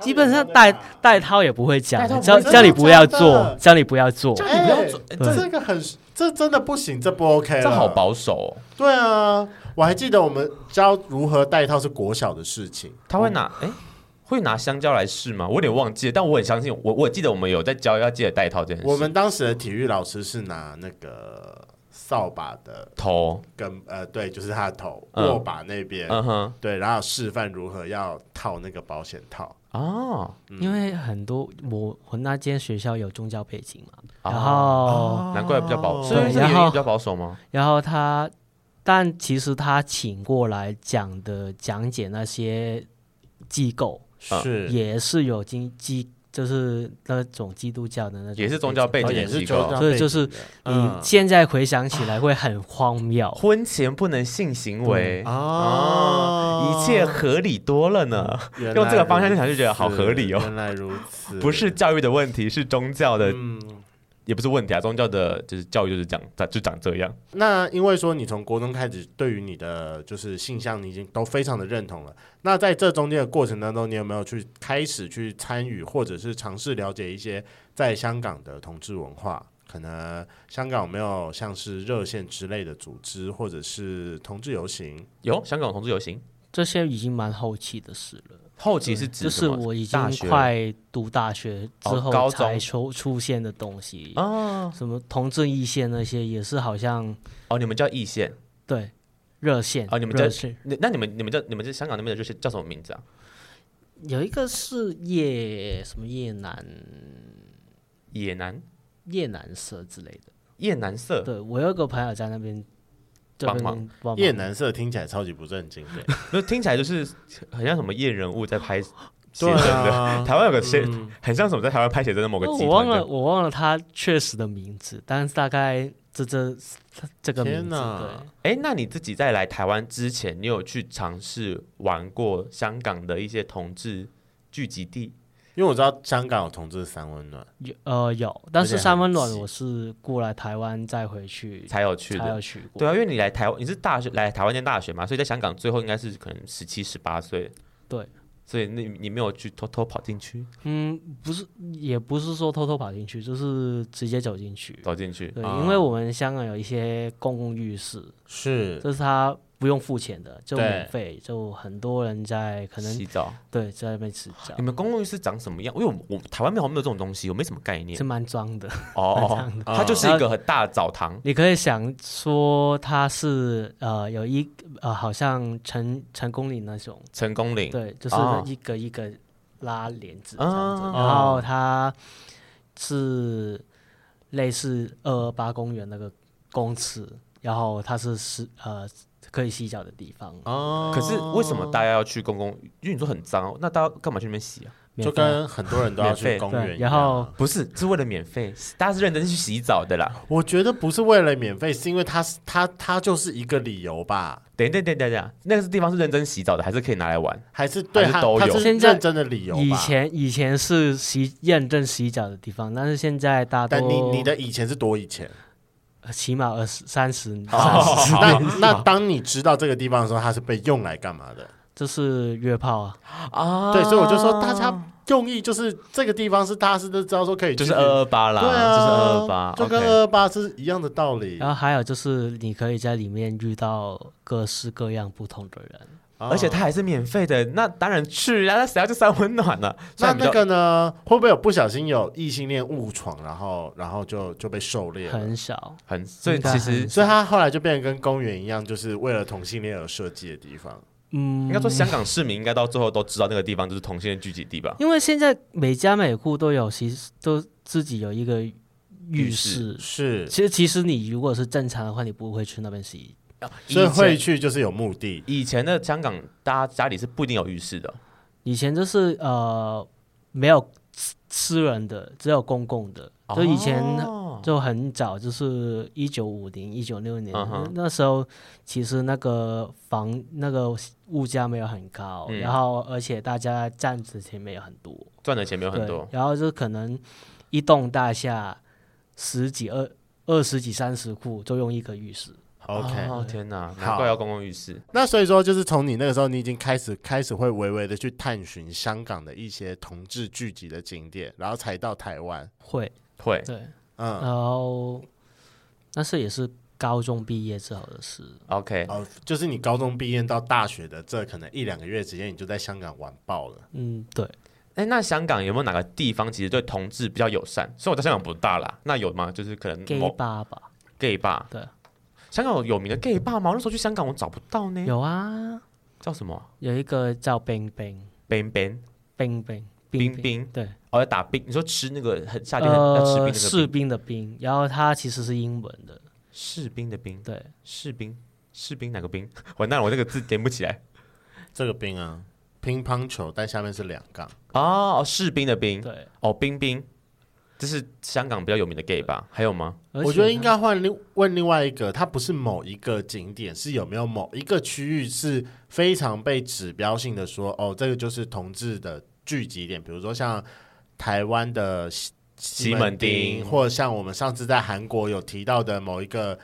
[SPEAKER 3] 基本上带带套也不会
[SPEAKER 1] 带
[SPEAKER 3] 讲
[SPEAKER 1] 套，不
[SPEAKER 3] 叫
[SPEAKER 1] 会讲
[SPEAKER 3] 叫你不要
[SPEAKER 2] 真的
[SPEAKER 3] 做，叫你不要做。
[SPEAKER 1] 叫你不要做
[SPEAKER 2] 哎
[SPEAKER 3] 对
[SPEAKER 2] 这个很，这真的不行，这不 OK 了
[SPEAKER 1] 这好保守、哦，
[SPEAKER 2] 对啊，我还记得我们教如何戴套是国小的事情，
[SPEAKER 1] 他会
[SPEAKER 2] 哦
[SPEAKER 1] 拿哎、会拿香蕉来试吗？我有点忘记了，但我很相信，我我记得我们有在教要记得带套这件事。
[SPEAKER 2] 我们当时的体育老师是拿那个扫把的
[SPEAKER 1] 头，
[SPEAKER 2] 跟呃，对，就是他的头
[SPEAKER 1] 嗯
[SPEAKER 2] 握把那边，
[SPEAKER 1] 嗯哼，
[SPEAKER 2] 对，然后示范如何要套那个保险套。
[SPEAKER 1] 哦，
[SPEAKER 3] 嗯因为很多我我那间学校有宗教背景嘛，然
[SPEAKER 1] 哦
[SPEAKER 3] 后
[SPEAKER 1] 难怪比较保，
[SPEAKER 2] 哦
[SPEAKER 1] 所以这个
[SPEAKER 3] 对
[SPEAKER 1] 原
[SPEAKER 3] 然
[SPEAKER 1] 因
[SPEAKER 3] 后
[SPEAKER 1] 比较保守吗？
[SPEAKER 3] 然后他，但其实他请过来讲的讲解那些机构，
[SPEAKER 1] 嗯
[SPEAKER 2] 是哦
[SPEAKER 3] 也是有经基，就是那种基督教的那种，
[SPEAKER 1] 也是宗嗯教背
[SPEAKER 2] 哦
[SPEAKER 1] 景
[SPEAKER 2] 也
[SPEAKER 1] 的
[SPEAKER 2] 是
[SPEAKER 1] 机
[SPEAKER 2] 就
[SPEAKER 1] 构
[SPEAKER 2] 这。样
[SPEAKER 3] 所以
[SPEAKER 2] 背
[SPEAKER 3] 就是
[SPEAKER 2] 景的嗯
[SPEAKER 3] 你现在回想起来会很荒谬。
[SPEAKER 1] 婚前不能性行为哦
[SPEAKER 2] 嗯哦
[SPEAKER 1] 一切合理多了呢。
[SPEAKER 2] 原来
[SPEAKER 1] 用这个方向去
[SPEAKER 2] 如
[SPEAKER 1] 想就觉得好合理哦
[SPEAKER 2] 此原来如此，
[SPEAKER 1] 不是教育的问题，是宗教的，
[SPEAKER 2] 嗯。
[SPEAKER 1] 也不是问题啊。宗教的就是教育就是讲，就长这样。
[SPEAKER 2] 那因为说你从国中开始，对于你的就是性向，你已经都非常的认同了。那在这中间的过程当中，你有没有去开始去参与，或者是尝试了解一些在香港的同志文化？可能香港有没有像是热线之类的组织，或者是同志游行？
[SPEAKER 1] 有香港同志游行，
[SPEAKER 3] 这些已经蛮后期的事了，
[SPEAKER 1] 后期是指
[SPEAKER 3] 就
[SPEAKER 1] 什
[SPEAKER 3] 是
[SPEAKER 1] 么
[SPEAKER 3] 我已
[SPEAKER 1] 大
[SPEAKER 3] 经
[SPEAKER 1] 学
[SPEAKER 3] 快读大学之
[SPEAKER 1] 哦高中
[SPEAKER 3] 后才出出现的东西，
[SPEAKER 1] 哦
[SPEAKER 3] 什么同志义线那些也是好像
[SPEAKER 1] 哦，你们叫义线，
[SPEAKER 3] 对热线
[SPEAKER 1] 哦你们
[SPEAKER 3] 热
[SPEAKER 1] 这
[SPEAKER 3] 线
[SPEAKER 1] 那那你们你们叫你们这香港那边的就是叫什么名字啊？
[SPEAKER 3] 有一个是夜什么夜南
[SPEAKER 1] 野男
[SPEAKER 3] 夜南社之类的。
[SPEAKER 1] 夜男色，
[SPEAKER 3] 对我有一个朋友在那边，这
[SPEAKER 1] 帮
[SPEAKER 3] 边
[SPEAKER 1] 忙
[SPEAKER 3] 帮忙
[SPEAKER 2] 夜男色听起来超级不正经的，
[SPEAKER 1] 就听起来就是很像什么夜人物在拍 写
[SPEAKER 2] 对
[SPEAKER 1] 真的。
[SPEAKER 2] 啊，
[SPEAKER 1] 台湾有个写，
[SPEAKER 2] 嗯
[SPEAKER 1] 很像什么在台湾拍写真的某个
[SPEAKER 3] 哦
[SPEAKER 1] 集
[SPEAKER 3] 我
[SPEAKER 1] 团
[SPEAKER 3] 忘
[SPEAKER 1] 的
[SPEAKER 3] 了，我忘了他确实的名字，但是大概这这这个
[SPEAKER 2] 天
[SPEAKER 3] 名字
[SPEAKER 2] 哪
[SPEAKER 3] 对。
[SPEAKER 1] 哎，那你自己在来台湾之前，你有去尝试玩过香港的一些同志聚集地？
[SPEAKER 2] 因为我知道香港有同志三温暖，
[SPEAKER 3] 有呃有，但
[SPEAKER 2] 而且
[SPEAKER 3] 是
[SPEAKER 2] 很
[SPEAKER 3] 三温暖
[SPEAKER 2] 细
[SPEAKER 3] 我是过来台湾再回去
[SPEAKER 1] 才有去
[SPEAKER 3] 才
[SPEAKER 1] 的
[SPEAKER 3] 有。去过。
[SPEAKER 1] 对啊，因为你来台湾，你是大学来台湾念大学嘛，所以在香港最后应该是可能十七、十八岁。
[SPEAKER 3] 对，
[SPEAKER 1] 所以你你没有去偷偷跑进去
[SPEAKER 3] 嗯，不是，也不是说偷偷跑进去，就是直接走进去。
[SPEAKER 1] 走进去
[SPEAKER 3] 对，
[SPEAKER 2] 啊
[SPEAKER 3] 因为我们香港有一些公共浴室，
[SPEAKER 2] 是
[SPEAKER 3] 这是他不用付钱的，就
[SPEAKER 2] 对
[SPEAKER 3] 免费，就很多人在可能
[SPEAKER 1] 洗澡？
[SPEAKER 3] 对啊在那边吃
[SPEAKER 1] 你
[SPEAKER 3] 饺，
[SPEAKER 1] 们公共浴室长什么样？因为我我台湾没有没有这种东西，我没什么概念
[SPEAKER 3] 是。蛮脏的。
[SPEAKER 1] 哦，它就是一个很大的澡堂。
[SPEAKER 3] 你可以想说它是呃有一呃好像成成功岭那种，
[SPEAKER 1] 成功岭，
[SPEAKER 3] 对，就是
[SPEAKER 1] 哦
[SPEAKER 3] 一个一个拉帘子这
[SPEAKER 1] 啊
[SPEAKER 3] 样子，
[SPEAKER 1] 哦
[SPEAKER 3] 然后它是类似二二八公园那个公厕，然后它是是呃可以洗脚的地方，
[SPEAKER 2] 哦
[SPEAKER 1] 可是为什么大家要去公共？因为你说很脏，那大家干嘛去那边洗啊？
[SPEAKER 3] 免
[SPEAKER 2] 就
[SPEAKER 3] 费
[SPEAKER 2] 跟很多人都要去
[SPEAKER 1] 免费
[SPEAKER 2] 公
[SPEAKER 3] 对
[SPEAKER 2] 园一样啊，
[SPEAKER 3] 然后
[SPEAKER 1] 不是，是为了免费，大家是认真去洗澡的啦。
[SPEAKER 2] 我觉得不是为了免费，是因为它是它它就是一个理由吧，
[SPEAKER 1] 等一下等一下等一下，那个地方是认真洗澡的，还是可以拿来玩？
[SPEAKER 2] 还是对
[SPEAKER 1] 还是
[SPEAKER 2] 它
[SPEAKER 1] 都
[SPEAKER 2] 它
[SPEAKER 1] 有
[SPEAKER 2] 是
[SPEAKER 3] 现在
[SPEAKER 2] 认真的理由吧。
[SPEAKER 3] 以前以前是洗认证洗脚的地方，但是现在大多
[SPEAKER 2] 但你你的以前是多以前，
[SPEAKER 3] 呃起码二十三十三
[SPEAKER 1] 好
[SPEAKER 3] 十，
[SPEAKER 2] 那哦那当你知道这个地方的时候，它是被用来干嘛的？
[SPEAKER 3] 就是约炮啊，
[SPEAKER 1] 啊
[SPEAKER 2] 对，所以我就说大家用意就是这个地方是大家是都知道说可以去，
[SPEAKER 1] 就是二二八啦，
[SPEAKER 2] 对啊，
[SPEAKER 1] 就是二二八，
[SPEAKER 2] 就跟
[SPEAKER 1] OK
[SPEAKER 2] 二二八是一样的道理
[SPEAKER 3] 然。后还有就是你可以在里面遇到各式各样不同的人。
[SPEAKER 2] 啊
[SPEAKER 1] 而且它还是免费的，那当然去啊！那谁要去三温暖呢、虽
[SPEAKER 2] 那
[SPEAKER 1] 然比
[SPEAKER 2] 那
[SPEAKER 1] 较
[SPEAKER 2] 个呢，会不会有不小心有异性恋误闯，然后然后就就被狩
[SPEAKER 1] 啊
[SPEAKER 2] 猎了？
[SPEAKER 3] 很少，
[SPEAKER 1] 很，所以
[SPEAKER 3] 应该
[SPEAKER 1] 其
[SPEAKER 3] 很
[SPEAKER 1] 实
[SPEAKER 2] 所以它后来就变成跟公园一样，就是为了同性恋而设计的地方。
[SPEAKER 3] 嗯
[SPEAKER 1] 应该说香港市民应该到最后都知道那个地方就是同性恋聚集地吧？
[SPEAKER 3] 因为现在每家每户都有，其实都自己有一个浴室。
[SPEAKER 2] 是，
[SPEAKER 3] 其实，其实你如果是正常的话，你不会去那边洗。
[SPEAKER 2] 所
[SPEAKER 1] 以
[SPEAKER 2] 以
[SPEAKER 1] 前
[SPEAKER 2] 会去就是有目的。
[SPEAKER 1] 以前的香港，大家家里是不一定有浴室的，
[SPEAKER 3] 以前就是呃，没有私私人的，只有公共的。就以前
[SPEAKER 1] 哦
[SPEAKER 3] 就很早，就是一九五零、一九六零
[SPEAKER 1] 嗯哼
[SPEAKER 3] 那时候，其实那个房那个物价没有很高，
[SPEAKER 1] 嗯
[SPEAKER 3] 然后而且大家站子钱没有很多，
[SPEAKER 1] 赚的钱没有很多
[SPEAKER 3] 对，然后就可能一栋大厦十几二二十几三十库就用一个浴室。
[SPEAKER 2] OK
[SPEAKER 1] 哦天哪，
[SPEAKER 2] 好
[SPEAKER 1] 难怪要公共浴室。
[SPEAKER 2] 那所以说，就是从你那个时候，你已经开始开始会微微的去探寻香港的一些同志聚集的景点，然后才到台湾。
[SPEAKER 3] 会，
[SPEAKER 1] 会，
[SPEAKER 3] 对，
[SPEAKER 2] 嗯，
[SPEAKER 3] 然后那是也是高中毕业之后的事。
[SPEAKER 1] OK，
[SPEAKER 2] 哦，就是你高中毕业到大学的这可能一两个月时间，你就在香港玩爆了。
[SPEAKER 3] 嗯，对，
[SPEAKER 1] 哎，那香港有没有哪个地方其实对同志比较友善？虽然我在香港不大啦，那有吗？就是可能
[SPEAKER 3] gay
[SPEAKER 1] 某
[SPEAKER 3] 吧吧，
[SPEAKER 1] gay 吧，
[SPEAKER 3] 对，
[SPEAKER 1] 香港有有名的 gay 吧吗？我那时候去香港我找不到呢，
[SPEAKER 3] 有啊，
[SPEAKER 1] 叫什么
[SPEAKER 3] 有一个叫冰冰
[SPEAKER 1] Ben Ben
[SPEAKER 3] 冰冰
[SPEAKER 1] 冰
[SPEAKER 3] 冰，
[SPEAKER 1] 冰，
[SPEAKER 3] 对，
[SPEAKER 1] 哦要打冰，你说吃那个很夏天很要吃冰
[SPEAKER 3] 呃，
[SPEAKER 1] 那个
[SPEAKER 3] 士
[SPEAKER 1] 冰
[SPEAKER 3] 兵的兵，然后它其实是英文的，
[SPEAKER 1] 士兵的兵，
[SPEAKER 3] 对，
[SPEAKER 1] 士兵士兵哪个兵？ 完蛋了，我这个字点不起来。
[SPEAKER 2] 这个冰啊，乒乓球，但下面是两杠。
[SPEAKER 1] 哦，士兵的兵，
[SPEAKER 3] 对，
[SPEAKER 1] 哦，冰冰，这是香港比较有名的 gay 吧？还有吗？
[SPEAKER 3] 而
[SPEAKER 2] 我觉得
[SPEAKER 3] 且
[SPEAKER 2] 应
[SPEAKER 3] 它
[SPEAKER 2] 该换另问另外一个，它不是某一个景点，是有没有某一个区域是非常被指标性的说，哦，这个就是同志的聚集点，比如说像台湾的西
[SPEAKER 1] 西门町
[SPEAKER 2] 或者像我们上次在韩国有提到的某一个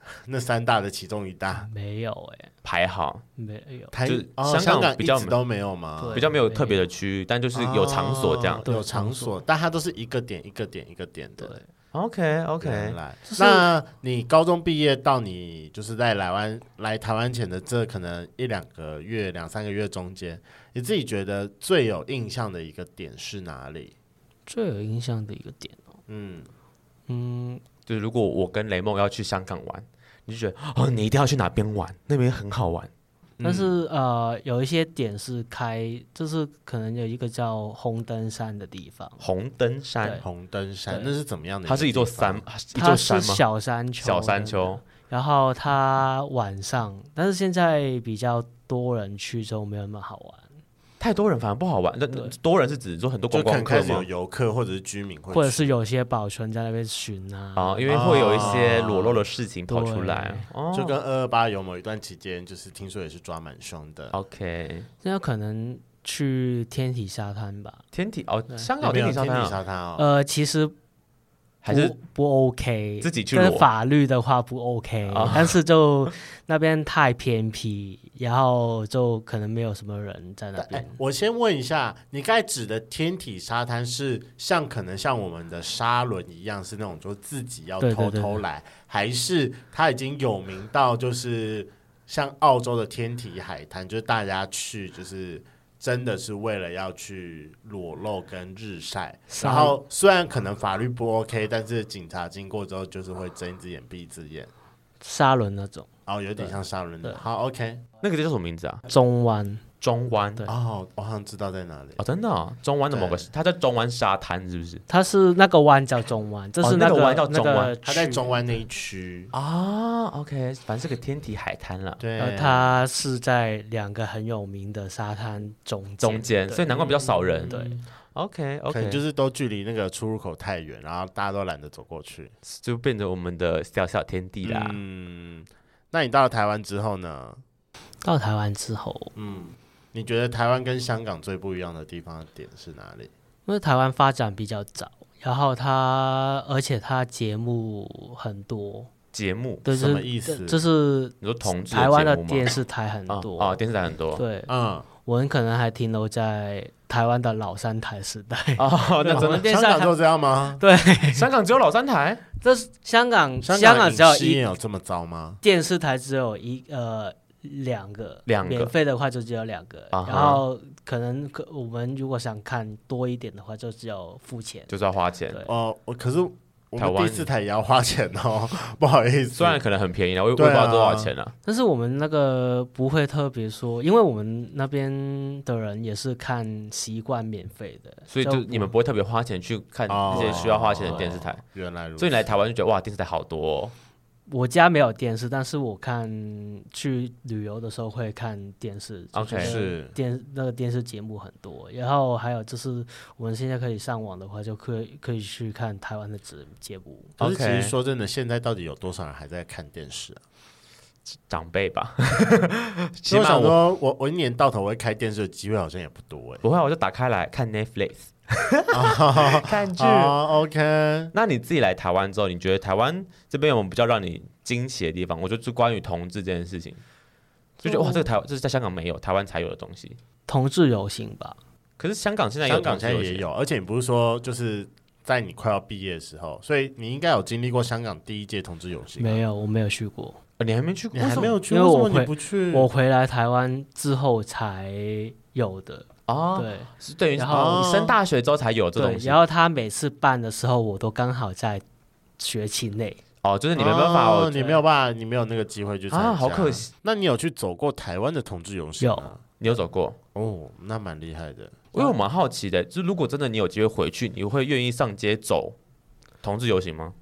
[SPEAKER 2] 呃那三大的其中一大，
[SPEAKER 3] 没有哎、
[SPEAKER 1] 排好，
[SPEAKER 3] 没有，
[SPEAKER 2] 台
[SPEAKER 1] 就是
[SPEAKER 2] 哦、
[SPEAKER 1] 香港
[SPEAKER 2] 港
[SPEAKER 1] 比较
[SPEAKER 2] 一直都没有吗
[SPEAKER 3] 对？
[SPEAKER 1] 比较没有特别的区域，但就是有场所这样
[SPEAKER 2] 哦。
[SPEAKER 3] 对
[SPEAKER 2] 有场
[SPEAKER 3] 场
[SPEAKER 2] 所，但它都是一个点一个点一个点
[SPEAKER 3] 对
[SPEAKER 2] 的。，
[SPEAKER 3] 哦
[SPEAKER 1] OK
[SPEAKER 2] 原
[SPEAKER 1] OK，
[SPEAKER 2] 来，
[SPEAKER 3] 就是
[SPEAKER 2] 那你高中毕业到你就是在来湾来台湾前的这可能一两个月、两三个月中间，你自己觉得最有印象的一个点是哪里？
[SPEAKER 3] 最有印象的一个点哦，
[SPEAKER 2] 嗯，
[SPEAKER 3] 嗯，
[SPEAKER 1] 就是如果我跟雷梦要去香港玩，你就觉得哦，你一定要去哪边玩，那边很好玩。
[SPEAKER 3] 但
[SPEAKER 1] 嗯
[SPEAKER 3] 是、呃，有一些点是开，就是可能有一个叫红灯山的地方，
[SPEAKER 1] 红灯山，
[SPEAKER 2] 红灯山
[SPEAKER 3] 对
[SPEAKER 2] 那是怎么样的个地方？
[SPEAKER 1] 它是一座山，一
[SPEAKER 3] 它
[SPEAKER 1] 座
[SPEAKER 3] 是
[SPEAKER 1] 山吗？
[SPEAKER 3] 小山丘，
[SPEAKER 1] 小山。丘，
[SPEAKER 3] 然后它晚上，但是现在比较多人去，就没有那么好玩，
[SPEAKER 1] 太多人反而不好玩。那那
[SPEAKER 3] 对
[SPEAKER 1] 多人是指说很多观
[SPEAKER 2] 就可
[SPEAKER 1] 光
[SPEAKER 2] 能
[SPEAKER 1] 客
[SPEAKER 2] 开始有
[SPEAKER 1] 吗？
[SPEAKER 2] 游客或者是居民会去，
[SPEAKER 3] 或者是有些保存在那边巡啊。
[SPEAKER 1] 啊，因为会有一些裸露的事情跑出来。哦
[SPEAKER 2] 就跟二二八有某一段期间，就是听说也是抓蛮凶
[SPEAKER 1] 哦
[SPEAKER 2] 的。
[SPEAKER 1] OK，
[SPEAKER 3] 那有可能去天体沙滩吧。
[SPEAKER 1] 天体哦，香
[SPEAKER 2] 有
[SPEAKER 1] 港
[SPEAKER 2] 没
[SPEAKER 1] 天
[SPEAKER 2] 有
[SPEAKER 1] 体沙滩啊
[SPEAKER 2] 沙滩哦，
[SPEAKER 3] 呃，其实
[SPEAKER 1] 还是
[SPEAKER 3] 不不 OK，
[SPEAKER 1] 自己去
[SPEAKER 3] 但是
[SPEAKER 1] 裸
[SPEAKER 3] 法律的话不 OK，、
[SPEAKER 1] 啊
[SPEAKER 3] 但是就那边太偏僻，然后就可能没有什么人在那
[SPEAKER 2] 但哎
[SPEAKER 3] 边。
[SPEAKER 2] 我先问一下，你刚才指的天体沙滩是像可能像我们的沙轮一样，是那种就自己要
[SPEAKER 3] 对
[SPEAKER 2] 偷
[SPEAKER 3] 对对
[SPEAKER 2] 偷
[SPEAKER 3] 对
[SPEAKER 2] 来，还是它已经有名到就是像澳洲的天体海滩，就是大家去就是。真的是为了要去裸露跟日晒，
[SPEAKER 3] 沙
[SPEAKER 2] 然后虽然可能法律不 OK，但是警察经过之后就是会睁一只眼闭一只眼，
[SPEAKER 3] 沙轮那种
[SPEAKER 2] 然后有点像沙轮的。
[SPEAKER 3] 对
[SPEAKER 2] 好，OK，
[SPEAKER 1] 那个叫什么名字啊？
[SPEAKER 3] 中湾，
[SPEAKER 1] 中湾
[SPEAKER 3] 对
[SPEAKER 2] 哦，我好像知道在哪里。
[SPEAKER 1] 哦，真的哦，中湾的某个，它在中湾沙滩是不是？
[SPEAKER 3] 它是那个湾叫中湾，这
[SPEAKER 1] 哦
[SPEAKER 3] 是
[SPEAKER 1] 那个
[SPEAKER 3] 个、
[SPEAKER 1] 湾叫中湾
[SPEAKER 3] 那个区
[SPEAKER 2] 它在中，湾那一区，
[SPEAKER 1] 啊，OK，反正是个天体海滩了，
[SPEAKER 2] 对，
[SPEAKER 3] 然后呃它是在两个很有名的沙滩中间
[SPEAKER 1] 中间，
[SPEAKER 3] 对
[SPEAKER 1] 所以难怪比较少人。
[SPEAKER 3] 对，
[SPEAKER 1] OK
[SPEAKER 2] 可
[SPEAKER 1] OK，
[SPEAKER 2] 能就是是都距离那个出入口太远，然后大家都懒得走过去。
[SPEAKER 1] 就变成我们的小小天地啦。
[SPEAKER 2] 嗯，那你到了台湾之后呢？
[SPEAKER 3] 到台湾之后，
[SPEAKER 2] 嗯，你觉得台湾跟香港最不一样的地方的点是哪里？
[SPEAKER 3] 因为台湾发展比较早，然后它而且它节目很多，
[SPEAKER 1] 节目，
[SPEAKER 3] 就
[SPEAKER 2] 什么
[SPEAKER 3] 是
[SPEAKER 2] 意思？
[SPEAKER 3] 就是
[SPEAKER 1] 你说同志
[SPEAKER 3] 台湾的
[SPEAKER 1] 节目吗
[SPEAKER 3] 电视台很多
[SPEAKER 1] 啊，啊电视台很多
[SPEAKER 3] 对，
[SPEAKER 2] 嗯，
[SPEAKER 3] 我们可能还停留在台湾的老三台时 代。
[SPEAKER 1] 哦，那
[SPEAKER 3] 我
[SPEAKER 1] 真
[SPEAKER 3] 们
[SPEAKER 1] 的，
[SPEAKER 3] 电视
[SPEAKER 2] 香
[SPEAKER 3] 台
[SPEAKER 2] 港就这样吗？
[SPEAKER 1] 香港只有老三台，
[SPEAKER 3] 这是嗯香港，
[SPEAKER 2] 香
[SPEAKER 3] 港
[SPEAKER 2] 影
[SPEAKER 3] 只有
[SPEAKER 2] 视业
[SPEAKER 3] 一
[SPEAKER 2] 有这么糟吗？
[SPEAKER 3] 电视台只有一呃两个，
[SPEAKER 1] 两个
[SPEAKER 3] 免费的话就只有两个，
[SPEAKER 1] 啊哈
[SPEAKER 3] 然后可能可我们如果想看多一点的话，就只有付钱。
[SPEAKER 1] 就是要花钱。
[SPEAKER 3] 对，
[SPEAKER 2] 哦，我可是我
[SPEAKER 1] 台
[SPEAKER 2] 们
[SPEAKER 1] 湾
[SPEAKER 2] 第四台也要花钱哦， 不好意思。
[SPEAKER 1] 虽然可能很便宜了，我也我
[SPEAKER 2] 对
[SPEAKER 1] 也
[SPEAKER 2] 啊
[SPEAKER 1] 不知道多少钱了。
[SPEAKER 3] 但是我们那个不会特别说，因为我们那边的人也是看习惯免费的，
[SPEAKER 1] 所以就
[SPEAKER 3] 不
[SPEAKER 1] 你们不会特别花钱去看
[SPEAKER 2] 哦
[SPEAKER 1] 那些需要花钱的电视台，
[SPEAKER 2] 原来如此，
[SPEAKER 1] 所以你来台湾就觉得哇，电视台好多哦。
[SPEAKER 3] 我家没有电视，但是我看去旅游的时候会看电视。就
[SPEAKER 1] OK
[SPEAKER 3] 觉得
[SPEAKER 2] 是
[SPEAKER 3] 电那个电视节目很多，然后还有就是我们现在可以上网的话，就可以可以去看台湾的节节目。
[SPEAKER 2] 可是其
[SPEAKER 1] OK
[SPEAKER 2] 实说真的，现在到底有多少人还在看电视啊？
[SPEAKER 1] 长辈 吧，起
[SPEAKER 2] 所以我
[SPEAKER 1] 码
[SPEAKER 2] 想
[SPEAKER 1] 我
[SPEAKER 2] 说，我我一年到头会开电视的机会好像也不多哎、
[SPEAKER 1] 不会，啊我就打开来看 Netflix 看剧。
[SPEAKER 2] 哦 OK，
[SPEAKER 1] 那你自己来台湾之后，你觉得台湾这边有没有比较让你惊奇的地方？我觉得是关于同志这件事情，就觉得哇，
[SPEAKER 3] 哦
[SPEAKER 1] 这个台这是在香港没有，台湾才有的东西。
[SPEAKER 3] 同志游行吧，
[SPEAKER 1] 可是香港现在有
[SPEAKER 2] 香港
[SPEAKER 1] 同志
[SPEAKER 2] 现在
[SPEAKER 1] 游
[SPEAKER 2] 也
[SPEAKER 1] 行，
[SPEAKER 2] 有，而且你不是说就是在你快要毕业的时候，所以你应该有经历过香港第一届同志游行、
[SPEAKER 3] 没
[SPEAKER 2] 有，
[SPEAKER 3] 有，我没有去过。
[SPEAKER 1] 呃你还没去过，
[SPEAKER 2] 你还没有去，
[SPEAKER 3] 因
[SPEAKER 2] 为
[SPEAKER 3] 为
[SPEAKER 2] 什
[SPEAKER 3] 我
[SPEAKER 2] 么你
[SPEAKER 3] 会
[SPEAKER 2] 不去？
[SPEAKER 1] 嗯
[SPEAKER 3] 我回来台湾之后才有的，
[SPEAKER 1] 啊？
[SPEAKER 3] 对
[SPEAKER 1] 是等于
[SPEAKER 3] 然
[SPEAKER 2] 后
[SPEAKER 1] 你升大学之后才有这
[SPEAKER 3] 对
[SPEAKER 1] 东。西
[SPEAKER 3] 然后他每次办的时候，我都刚好在学期内，
[SPEAKER 1] 哦，就是你没办法
[SPEAKER 2] 哦
[SPEAKER 1] 哦
[SPEAKER 2] 你没有办法，你没有那个机会去参加，
[SPEAKER 1] 啊，好可。惜。
[SPEAKER 2] 那你有去走过台湾的同志游行吗？
[SPEAKER 1] 你有走过？
[SPEAKER 2] 哦，那蛮厉害的。
[SPEAKER 1] 因为我蛮好奇的，就是如果真的你有机会回去，你会愿意上街走同志游行吗？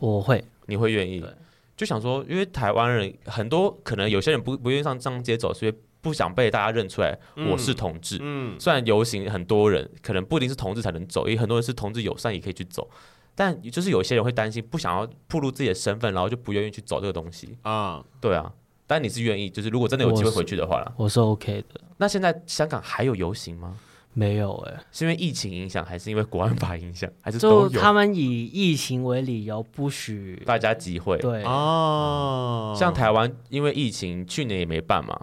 [SPEAKER 3] 我会
[SPEAKER 1] 你会愿意
[SPEAKER 3] 对？
[SPEAKER 1] 就想说，因为台湾人很多，可能有些人不不愿意上上街走，是因为不想被大家认出来
[SPEAKER 2] 嗯
[SPEAKER 1] 我是同志。
[SPEAKER 2] 嗯，
[SPEAKER 1] 虽然游行很多人，可能不一定是同志才能走，也很多人是同志友善也可以去走，但就是有些人会担心不想要暴露自己的身份，然后就不愿意去走这个东西。
[SPEAKER 2] 啊，
[SPEAKER 1] 对啊，但你是愿意，就是如果真的有机会
[SPEAKER 3] 我是
[SPEAKER 1] 回去的话啦。
[SPEAKER 3] 我是 OK 的，
[SPEAKER 1] 那现在香港还有游行吗？
[SPEAKER 3] 没有哎、
[SPEAKER 1] 是因为疫情影响，还是因为国安法影响，还是都
[SPEAKER 3] 就
[SPEAKER 1] 有？
[SPEAKER 3] 他们以疫情为理由不许
[SPEAKER 1] 大家集会，
[SPEAKER 3] 对
[SPEAKER 2] 啊哦，
[SPEAKER 1] 像台湾因为疫情，去年也没办嘛，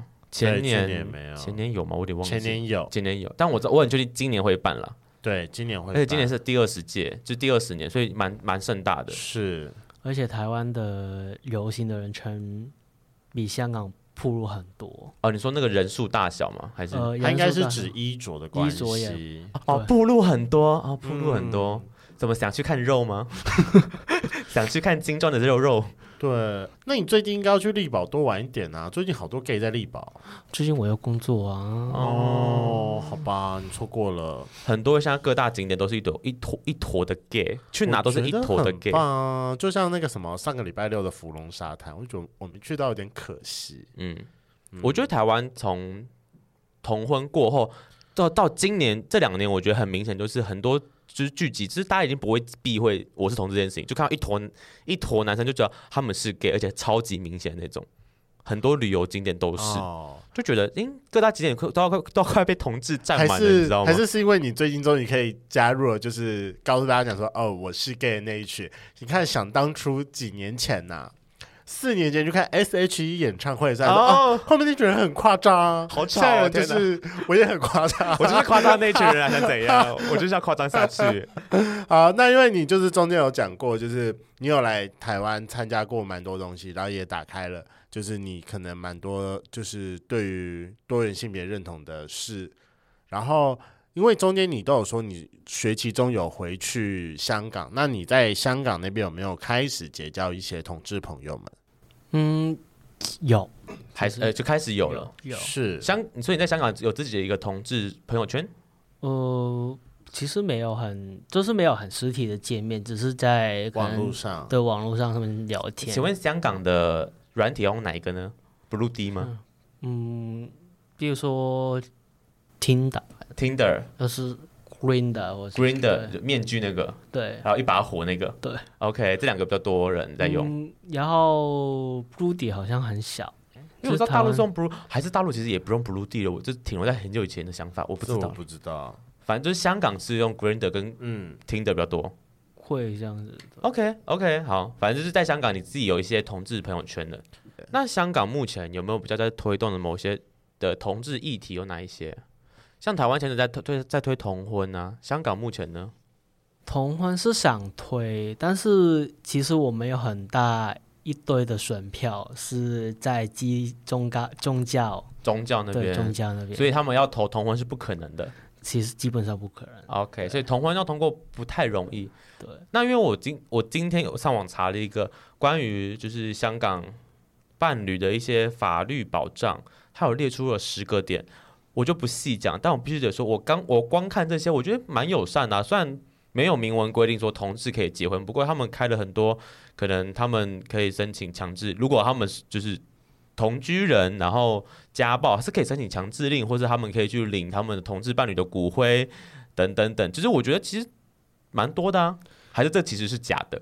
[SPEAKER 1] 前
[SPEAKER 2] 对
[SPEAKER 1] 年
[SPEAKER 2] 去年没有
[SPEAKER 1] 前年有吗？我有点忘记。
[SPEAKER 2] 前年有，
[SPEAKER 1] 前年有，但我知我很确定今年会办了，
[SPEAKER 2] 对，今年会
[SPEAKER 1] 而
[SPEAKER 2] 办，
[SPEAKER 1] 且今年是第二十届，就第二十年，所以蛮蛮盛大的。
[SPEAKER 2] 是
[SPEAKER 3] 而且台湾的游行的人圈比香港铺路很多，
[SPEAKER 1] 哦，你说那个人数大小吗？还是、
[SPEAKER 3] 呃，
[SPEAKER 2] 它应该
[SPEAKER 3] 人数
[SPEAKER 2] 是
[SPEAKER 3] 大
[SPEAKER 2] 指衣着的关
[SPEAKER 3] 衣着也
[SPEAKER 2] 系，
[SPEAKER 1] 哦，
[SPEAKER 3] 对
[SPEAKER 1] 铺路很多哦，铺路很多。怎么想去看肉 吗？想去看精壮的肉肉？
[SPEAKER 2] 对，那你最近应该要去力宝多玩一点啊！最近好多 gay 在力宝
[SPEAKER 3] 最近我要工作啊，
[SPEAKER 2] 哦，好吧，你错过了，
[SPEAKER 1] 很多现在各大景点都是一坨一坨一坨的 gay，去哪都是一坨
[SPEAKER 2] 我
[SPEAKER 1] 的
[SPEAKER 2] 觉得很
[SPEAKER 1] gay。
[SPEAKER 2] 棒啊！就像那个什么，上个礼拜六的芙蓉沙滩，我就觉得我们去到有点可惜。
[SPEAKER 1] 嗯，我觉得台湾从同婚过后到到今年这两年，我觉得很明显就是很多就是聚集，就是大家已经不会避讳我是同志这件事情，就看到一坨一坨男生就知道他们是 gay，而且超级明显的那种。很多旅游景点都是，
[SPEAKER 2] 哦，
[SPEAKER 1] 就觉得，嗯，各大景点都要都要快被同志占
[SPEAKER 2] 还
[SPEAKER 1] 满了，你知
[SPEAKER 2] 是
[SPEAKER 1] 道吗
[SPEAKER 2] 还？是是因为你最近终于可以加入了，就是告诉大家讲说，哦，我是 gay 的那一群。你看，想当初几年前呐、四年前去看 S.H.E 演唱会的时候，哦
[SPEAKER 1] 哦，
[SPEAKER 2] 后面那群人很夸张啊，
[SPEAKER 1] 好吵
[SPEAKER 2] 现
[SPEAKER 1] 哦
[SPEAKER 2] 在人就
[SPEAKER 1] 天哪
[SPEAKER 2] 是我也很夸张。
[SPEAKER 1] 我就是夸张那群人啊，想怎样？我就是要夸张下去。
[SPEAKER 2] 好，那因为你就是中间有讲过，就是你有来台湾参加过蛮多东西，然后也打开了，就是你可能蛮多就是对于多元性别认同的事。然后，因为中间你都有说你学期中有回去香港，那你在香港那边有没有开始结交一些同志朋友们？
[SPEAKER 3] 嗯，有
[SPEAKER 1] 还是呃，就开始有了。
[SPEAKER 3] 有，
[SPEAKER 2] 是
[SPEAKER 1] 香，所以你在香港有自己的一个同志朋友圈，
[SPEAKER 3] 呃，其实没有很，就是没有很实体的见面，只是在可
[SPEAKER 2] 网
[SPEAKER 3] 能
[SPEAKER 2] 络上
[SPEAKER 3] 对网络上他们聊天。
[SPEAKER 1] 请问香港的软体要用哪一个呢？Blue D 吗、
[SPEAKER 3] 嗯，比如说 Tinder，
[SPEAKER 1] t i n d e r
[SPEAKER 3] 就是 Green 的，或者
[SPEAKER 1] Green 的就面具那个，
[SPEAKER 3] 对
[SPEAKER 1] 还有一把火那个。
[SPEAKER 3] 对
[SPEAKER 1] ，OK，这两个比较多人在用。
[SPEAKER 3] 嗯然后 Rudy 好像很小，
[SPEAKER 1] 因为我知道大陆是用 Blue，还是大陆其实也不用 Blue D 了，我就停留在很久以前的想法，我不知
[SPEAKER 2] 这我
[SPEAKER 1] 道。
[SPEAKER 2] 不知道。
[SPEAKER 1] 反正就是香港是用 Green 的跟
[SPEAKER 2] 嗯，
[SPEAKER 1] Tinder 比较多。
[SPEAKER 3] 会这样子。
[SPEAKER 1] OK OK，好，反正就是在香港你自己有一些同志朋友圈的。那香港目前有没有比较在推动的某些的同志议题有哪一些？像台湾前阵在推推在推同婚啊，香港目前呢？
[SPEAKER 3] 同婚是想推，但是其实我们有很大一堆的选票是在基宗教宗教
[SPEAKER 1] 宗教那
[SPEAKER 3] 对宗
[SPEAKER 1] 边，
[SPEAKER 3] 教那边，
[SPEAKER 1] 所以他们要投同婚是不可能的。
[SPEAKER 3] 其实基本上不可能。
[SPEAKER 1] OK，所以同婚要通过不太容易。
[SPEAKER 3] 对，
[SPEAKER 1] 那因为我今我今天有上网查了一个关于就是香港伴侣的一些法律保障，它有列出了十个点，我就不细讲，但我必须得说，我刚我光看这些，我觉得蛮友善的啊、虽然。没有明文规定说同志可以结婚，不过他们啊开了很多可能，他们可以申请强制。如果他们是就是同居人，然后家暴是可以申请强制令，或者他们可以去领他们的同志伴侣的骨灰等等等。就是我觉得其实蛮多的啊，还是这其实是假的？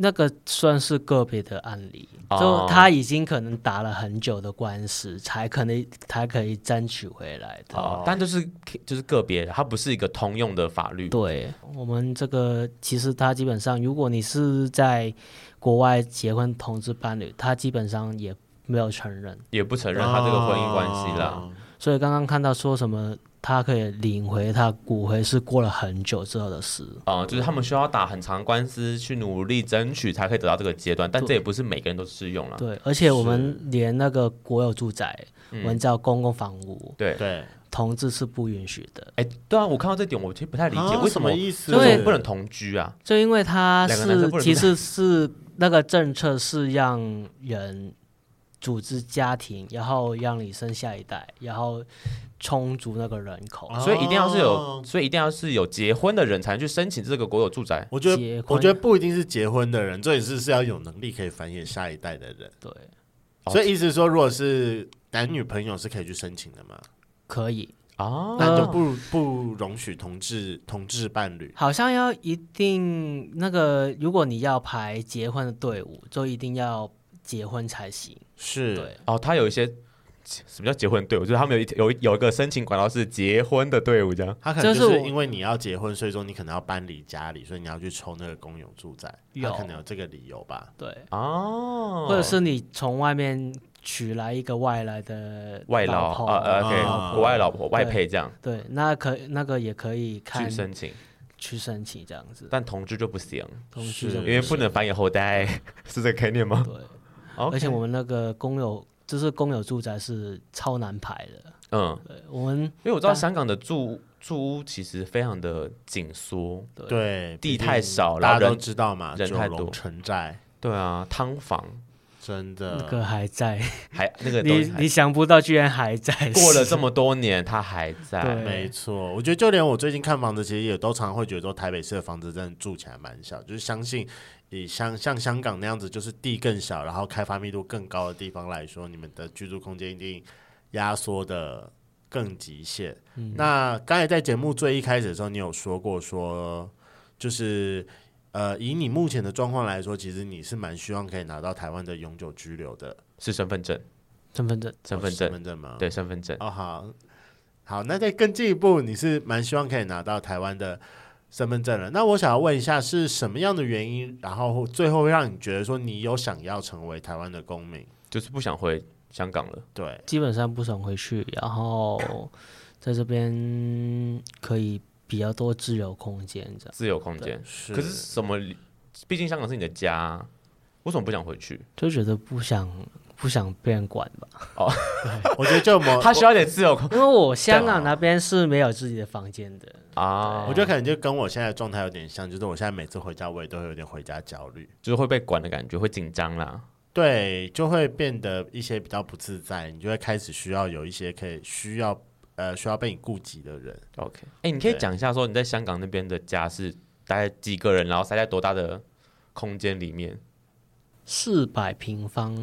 [SPEAKER 3] 那个算是个别的案例，
[SPEAKER 1] 哦
[SPEAKER 3] 就他已经可能打了很久的官司，才可能才可以争取回来的。
[SPEAKER 1] 哦，但就是就是个别的，它不是一个通用的法律。
[SPEAKER 3] 对我们这个，其实他基本上，如果你是在国外结婚同志伴侣，他基本上也没有承认。
[SPEAKER 1] 也不承认他这个婚姻关系啦。
[SPEAKER 2] 哦
[SPEAKER 3] 所以刚刚看到说什么，他可以领回他骨灰是过了很久之后的事。
[SPEAKER 1] 啊、就是他们需要打很长官司去努力争取，才可以得到这个阶段，但这也不是每个人都适用了。
[SPEAKER 3] 对，而且我们连那个国有住宅、
[SPEAKER 1] 嗯
[SPEAKER 3] 我们叫公共房屋，
[SPEAKER 1] 对，
[SPEAKER 2] 对，
[SPEAKER 3] 同志是不允许的。
[SPEAKER 1] 哎，对啊，我看到这点，我其实不太理解、
[SPEAKER 2] 啊
[SPEAKER 1] 为
[SPEAKER 2] 什
[SPEAKER 1] 什
[SPEAKER 2] 么
[SPEAKER 1] 么
[SPEAKER 2] 意思？
[SPEAKER 1] 为什么不能同居啊？
[SPEAKER 3] 就因为他
[SPEAKER 1] 两个男生
[SPEAKER 3] 是
[SPEAKER 1] 不能
[SPEAKER 3] 其实是那个政策是让人组织家庭，然后让你生下一代，然后充足那个人口。
[SPEAKER 2] 啊
[SPEAKER 1] 所以一定要是有
[SPEAKER 2] 哦，
[SPEAKER 1] 所以一定要是有结婚的人才能去申请这个国有住宅。
[SPEAKER 2] 我觉得，
[SPEAKER 3] 结婚
[SPEAKER 2] 我觉得不一定是结婚的人，这也是是要有能力可以繁衍下一代的人。
[SPEAKER 3] 对，
[SPEAKER 1] 哦
[SPEAKER 2] 所以意思是说，如果是男女朋友是可以去申请的嘛？
[SPEAKER 3] 可以，
[SPEAKER 1] 啊，
[SPEAKER 3] 哦
[SPEAKER 2] 那就不不容许同志同志伴侣
[SPEAKER 3] 好像要一定那个，如果你要排结婚的队伍，就一定要结婚才行。
[SPEAKER 2] 是
[SPEAKER 3] 对，
[SPEAKER 1] 哦，他有一些什么叫结婚队伍？就是他们有一有一有一个申请管道是结婚的队伍这样。
[SPEAKER 2] 他可能
[SPEAKER 3] 就
[SPEAKER 2] 就是是
[SPEAKER 3] 我
[SPEAKER 2] 因为你要结婚，所以说你可能要搬离家里，所以你要去抽那个公有住宅，他
[SPEAKER 3] 有
[SPEAKER 2] 可能有这个理由吧？
[SPEAKER 3] 对，
[SPEAKER 1] 哦，
[SPEAKER 3] 或者是你从外面娶来一个外来的
[SPEAKER 1] 外
[SPEAKER 3] 老
[SPEAKER 1] 劳
[SPEAKER 3] 婆
[SPEAKER 1] 啊呃，OK，、
[SPEAKER 2] 啊
[SPEAKER 1] 国外老婆外配这样
[SPEAKER 3] 对，那可那个也可以看
[SPEAKER 1] 去申请，
[SPEAKER 3] 去申请这样子，
[SPEAKER 1] 但同居就不行，
[SPEAKER 3] 同
[SPEAKER 2] 是
[SPEAKER 3] 居就
[SPEAKER 1] 因为不能繁衍后代，是这个概念吗？
[SPEAKER 3] 对。
[SPEAKER 1] o
[SPEAKER 3] 而且我们那个公有就是公有住宅是超难排的，
[SPEAKER 1] 嗯，
[SPEAKER 3] 对我们
[SPEAKER 1] 因为我知道
[SPEAKER 3] 但
[SPEAKER 1] 香港的住住屋其实非常的紧缩，
[SPEAKER 3] 对
[SPEAKER 2] 对，
[SPEAKER 1] 地
[SPEAKER 2] 毕竟
[SPEAKER 1] 太少然
[SPEAKER 2] 大
[SPEAKER 1] 后
[SPEAKER 2] 家都
[SPEAKER 1] 人
[SPEAKER 2] 知道嘛，
[SPEAKER 1] 人
[SPEAKER 2] 九
[SPEAKER 1] 太
[SPEAKER 2] 龙
[SPEAKER 1] 多
[SPEAKER 2] 城寨
[SPEAKER 1] 对啊，汤房
[SPEAKER 2] 真
[SPEAKER 3] 那
[SPEAKER 2] 的
[SPEAKER 3] 个还在，
[SPEAKER 1] 还那个东
[SPEAKER 3] 你
[SPEAKER 1] 西嗯还
[SPEAKER 3] 你想不到居然还在，
[SPEAKER 1] 过了这么多年，它还在
[SPEAKER 3] 对
[SPEAKER 2] 没错，我觉得就连我最近看房子，其实也都常会觉得说，台北市的房子真的住起来蛮小，就是相信以像像香港那样子，就是地更小，然后开发密度更高的地方来说，你们的居住空间一定压缩的更极限。
[SPEAKER 1] 嗯
[SPEAKER 2] 那刚才在节目最一开始的时候，你有说过说，就是呃，以你目前的状况来说，其实你是蛮希望可以拿到台湾的永久居留的
[SPEAKER 1] 是身份证，
[SPEAKER 3] 身份证
[SPEAKER 1] 身份
[SPEAKER 2] 哦身
[SPEAKER 1] 证，
[SPEAKER 2] 份证吗？
[SPEAKER 1] 对身份证，
[SPEAKER 2] 哦，好，好，那再更进一步，你是蛮希望可以拿到台湾的身份证了。那我想要问一下，是什么样的原因，然后最后会让你觉得说你有想要成为台湾的公民？
[SPEAKER 1] 就是不想回香港了。
[SPEAKER 2] 对，
[SPEAKER 3] 基本上不想回去，然后在这边可以比较多自由空间这样，
[SPEAKER 1] 自由空间。
[SPEAKER 2] 是
[SPEAKER 1] 可是什么理？毕竟香港是你的家啊，为什么不想回去？
[SPEAKER 3] 就觉得不想不想被人管吧，
[SPEAKER 2] 我觉得就某，
[SPEAKER 1] 他需要一点自由空
[SPEAKER 3] 因为我香港那边是没有自己的房间的，
[SPEAKER 1] 啊，
[SPEAKER 2] 我觉得可能就跟我现在的状态有点像，就是我现在每次回家，我也都会有点回家焦虑，
[SPEAKER 1] 就是会被管的感觉，会紧张啦。
[SPEAKER 2] 对，就会变得一些比较不自在，你就会开始需要有一些可以需要呃需要被你顾及的人。
[SPEAKER 1] OK，哎、你可以
[SPEAKER 2] 对
[SPEAKER 1] 讲一下说你在香港那边的家是大概几个人，然后塞在多大的空间里面？
[SPEAKER 3] 四百平方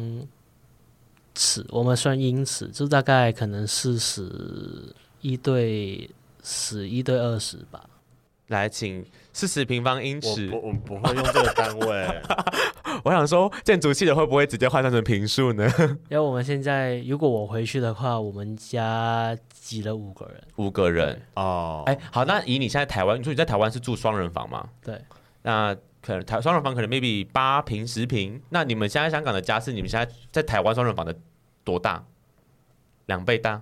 [SPEAKER 3] 尺，我们算英尺，就大概可能四十一对十一对二十吧。
[SPEAKER 1] 来，请四十平方英
[SPEAKER 2] 我
[SPEAKER 1] 尺。
[SPEAKER 2] 不
[SPEAKER 1] 我
[SPEAKER 2] 我不会用这个单 位。
[SPEAKER 1] 想说，建筑系的会不会直接换算成平数呢？
[SPEAKER 3] 然后我们现在，如果我回去的话，我们家挤了五个人，
[SPEAKER 1] 五个人。
[SPEAKER 2] 哦，
[SPEAKER 1] 哎、好，那以你现在台湾，你说你在台湾是住双人房吗？
[SPEAKER 3] 对，
[SPEAKER 1] 那可能台双人房可能 maybe 八平十平，那你们现在香港的家是你们现在在台湾双人房的多大？两倍大，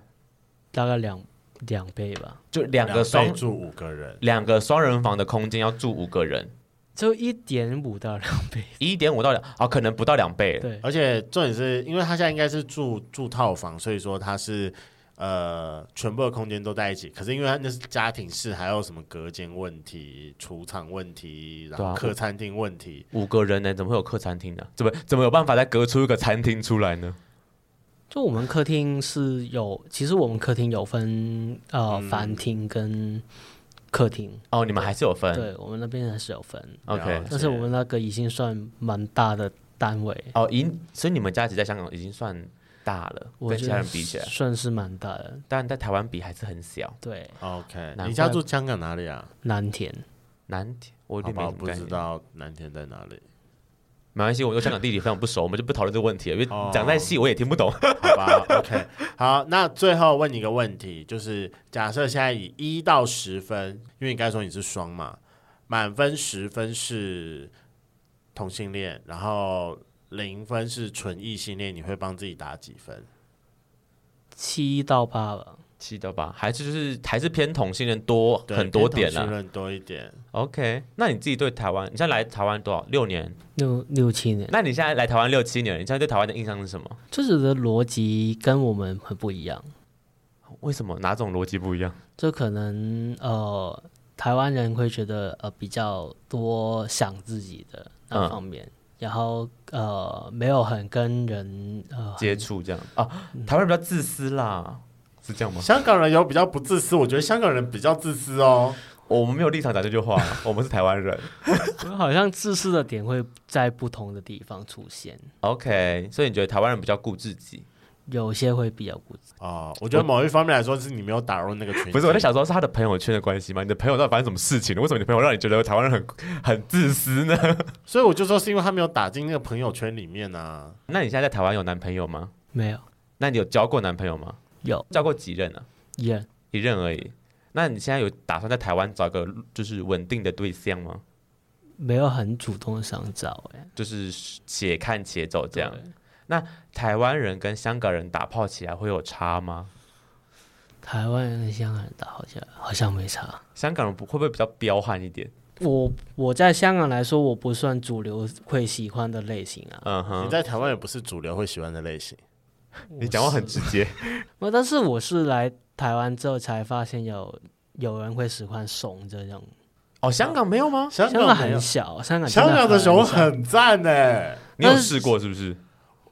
[SPEAKER 3] 大概两两倍吧。
[SPEAKER 1] 就两个
[SPEAKER 2] 双
[SPEAKER 1] 双
[SPEAKER 2] 住五个人，
[SPEAKER 1] 两个双人房的空间要住五个人，
[SPEAKER 3] 就一点五到两倍，
[SPEAKER 1] 一点五到两哦，可能不到两倍。
[SPEAKER 3] 对，
[SPEAKER 2] 而且重点是因为他现在应该是住住套房，所以说他是呃全部的空间都在一起。可是因为他那是家庭式，还有什么隔间问题、储藏问题，然
[SPEAKER 1] 对
[SPEAKER 2] 后
[SPEAKER 1] 啊
[SPEAKER 2] 客餐厅问题，
[SPEAKER 1] 五个人呢，怎么会有客餐厅呢、怎么怎么有办法再隔出一个餐厅出来呢？
[SPEAKER 3] 就我们客厅是有，其实我们客厅有分呃
[SPEAKER 2] 嗯
[SPEAKER 3] 饭厅跟客厅，
[SPEAKER 1] 哦，你们还是有分
[SPEAKER 3] 对我啊们那边还是有分。
[SPEAKER 1] ，OK
[SPEAKER 2] 了。
[SPEAKER 3] 但是我们那个已经算蛮大的单位，
[SPEAKER 1] 哦，以所以你们家其实在香港已经算大了，
[SPEAKER 3] 我
[SPEAKER 1] 跟
[SPEAKER 3] 觉
[SPEAKER 1] 其
[SPEAKER 3] 得
[SPEAKER 1] 他人比起来，
[SPEAKER 3] 算是蛮大的。
[SPEAKER 1] 但在台湾比还是很小。
[SPEAKER 3] 对，
[SPEAKER 2] OK，
[SPEAKER 1] 难
[SPEAKER 2] 你家住香港哪里啊？
[SPEAKER 3] 蓝田
[SPEAKER 1] 南田，我有
[SPEAKER 2] 好
[SPEAKER 1] 点没什
[SPEAKER 2] 吧，我
[SPEAKER 1] 么
[SPEAKER 2] 不
[SPEAKER 1] 概
[SPEAKER 2] 知
[SPEAKER 1] 念。
[SPEAKER 2] 道南田在哪里。
[SPEAKER 1] 没关系，我们对香港地理非常不熟，我们就不讨论这个问题了，因
[SPEAKER 2] 哦
[SPEAKER 1] 为讲再细我也听不懂。
[SPEAKER 2] 好吧，OK，好，那最后问你一个问题，就是假设现在以一到十分，因为你刚才说你是双嘛，满分十分是同性恋，然后零分是纯异性恋，你会帮自己打几分？
[SPEAKER 3] 七到八吧。
[SPEAKER 1] 记得吧？还是就是还是偏同性恋多
[SPEAKER 2] 对
[SPEAKER 1] 很多点
[SPEAKER 2] 偏同性
[SPEAKER 1] 啊。
[SPEAKER 2] 恋多一点，
[SPEAKER 1] OK，那你自己对台湾，你现在来台湾多少？六年？
[SPEAKER 3] 六六七年，
[SPEAKER 1] 那你现在来台湾六七年了，你现在对台湾的印象是什么？
[SPEAKER 3] 这子的逻辑跟我们很不一样。
[SPEAKER 1] 为什么哪种逻辑不 一样？
[SPEAKER 3] 这可能呃，台湾人会觉得呃比较多想自己的那
[SPEAKER 1] 嗯
[SPEAKER 3] 方面，然后呃没有很跟人呃
[SPEAKER 1] 接触这样啊？台湾人比较自私啦，是这样吗？
[SPEAKER 2] 香港人有比较不自私，我觉得香港人比较自私哦。
[SPEAKER 1] 我们没有立场讲这句 话，我们是台湾人。
[SPEAKER 3] 好像自私的点会在不同的地方出现，
[SPEAKER 1] OK，所以你觉得台湾人比较顾自己？
[SPEAKER 3] 有些会比较固执。
[SPEAKER 2] 哦，我觉得某一方面来说是你没有打入那个群体，
[SPEAKER 1] 不是，我在想说是他的朋友圈的关系吗？你的朋友到底发生什么事情了？为什么你的朋友让你觉得台湾人很很自私呢？
[SPEAKER 2] 所以我就说是因为他没有打进那个朋友圈里面啊。
[SPEAKER 1] 那你现在在台湾有男朋友吗？
[SPEAKER 3] 没有，
[SPEAKER 1] 那你有交过男朋友吗？
[SPEAKER 3] 有
[SPEAKER 1] 交过几任啊？
[SPEAKER 3] 也
[SPEAKER 1] 一任而已。那你现在有打算在台湾找一个就是稳定的对象吗？
[SPEAKER 3] 没有很主动想找哎、
[SPEAKER 1] 就是且看且走这样。
[SPEAKER 3] 对
[SPEAKER 1] 台湾人跟香港人打炮起来会有差吗？
[SPEAKER 3] 台湾人跟香港人打好像好像没差。
[SPEAKER 1] 香港人不会不会比较彪悍一点？
[SPEAKER 3] 我我在香港来说，我不算主流会喜欢的类型啊。
[SPEAKER 1] 嗯
[SPEAKER 2] 你
[SPEAKER 1] 哼，
[SPEAKER 2] 在台湾也不是主流会喜欢的类型，
[SPEAKER 1] 你讲话很直接。
[SPEAKER 3] 我但是我是来台湾之后才发现有有人会喜欢怂这种，
[SPEAKER 1] 哦，香港没有吗？
[SPEAKER 2] 香
[SPEAKER 3] 香港
[SPEAKER 2] 港没有
[SPEAKER 3] 很。小，香港真
[SPEAKER 2] 香港的
[SPEAKER 3] 小
[SPEAKER 2] 熊很赞呢、
[SPEAKER 1] 你有
[SPEAKER 3] 但是
[SPEAKER 1] 试过是不是？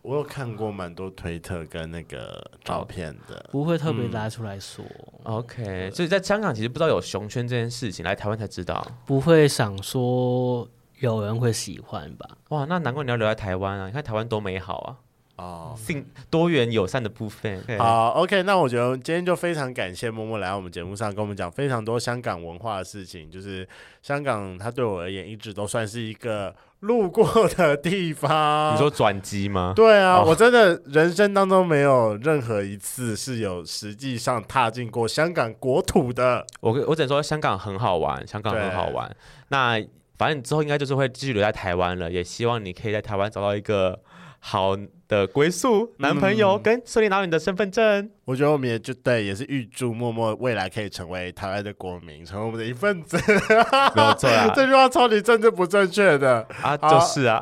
[SPEAKER 2] 我有看过蛮多推特跟那个照片的，
[SPEAKER 3] 不会特别拿出来说，
[SPEAKER 1] OK，所以在香港其实不知道有熊圈这件事情，来台湾才知道。
[SPEAKER 3] 不会想说有人会喜欢吧？
[SPEAKER 1] 哇，那难怪你要留在台湾啊！你看台湾多美好啊，
[SPEAKER 2] 哦。
[SPEAKER 1] 性多元友善的部分。
[SPEAKER 2] 好，OK，那我觉得今天就非常感谢默默来我们节目上跟我们讲非常多香港文化的事情。就是香港，它对我而言一直都算是一个路过的地方。
[SPEAKER 1] 你说转机吗？
[SPEAKER 2] 对啊，
[SPEAKER 1] 哦
[SPEAKER 2] 我真的人生当中没有任何一次是有实际上踏进过香港国土的。
[SPEAKER 1] 我跟我只能说香港很好玩，香港很好玩。那反正你之后应该就是会继续留在台湾了，也希望你可以在台湾找到一个好的归宿、男朋友，跟顺利拿到你的身份证。
[SPEAKER 2] 我觉得我们也就对，也是预祝默默未来可以成为台湾的国民，成为我们的一份子。，
[SPEAKER 1] 没有错啊
[SPEAKER 2] 这句话超级政治不正确的。
[SPEAKER 1] 啊就是啊。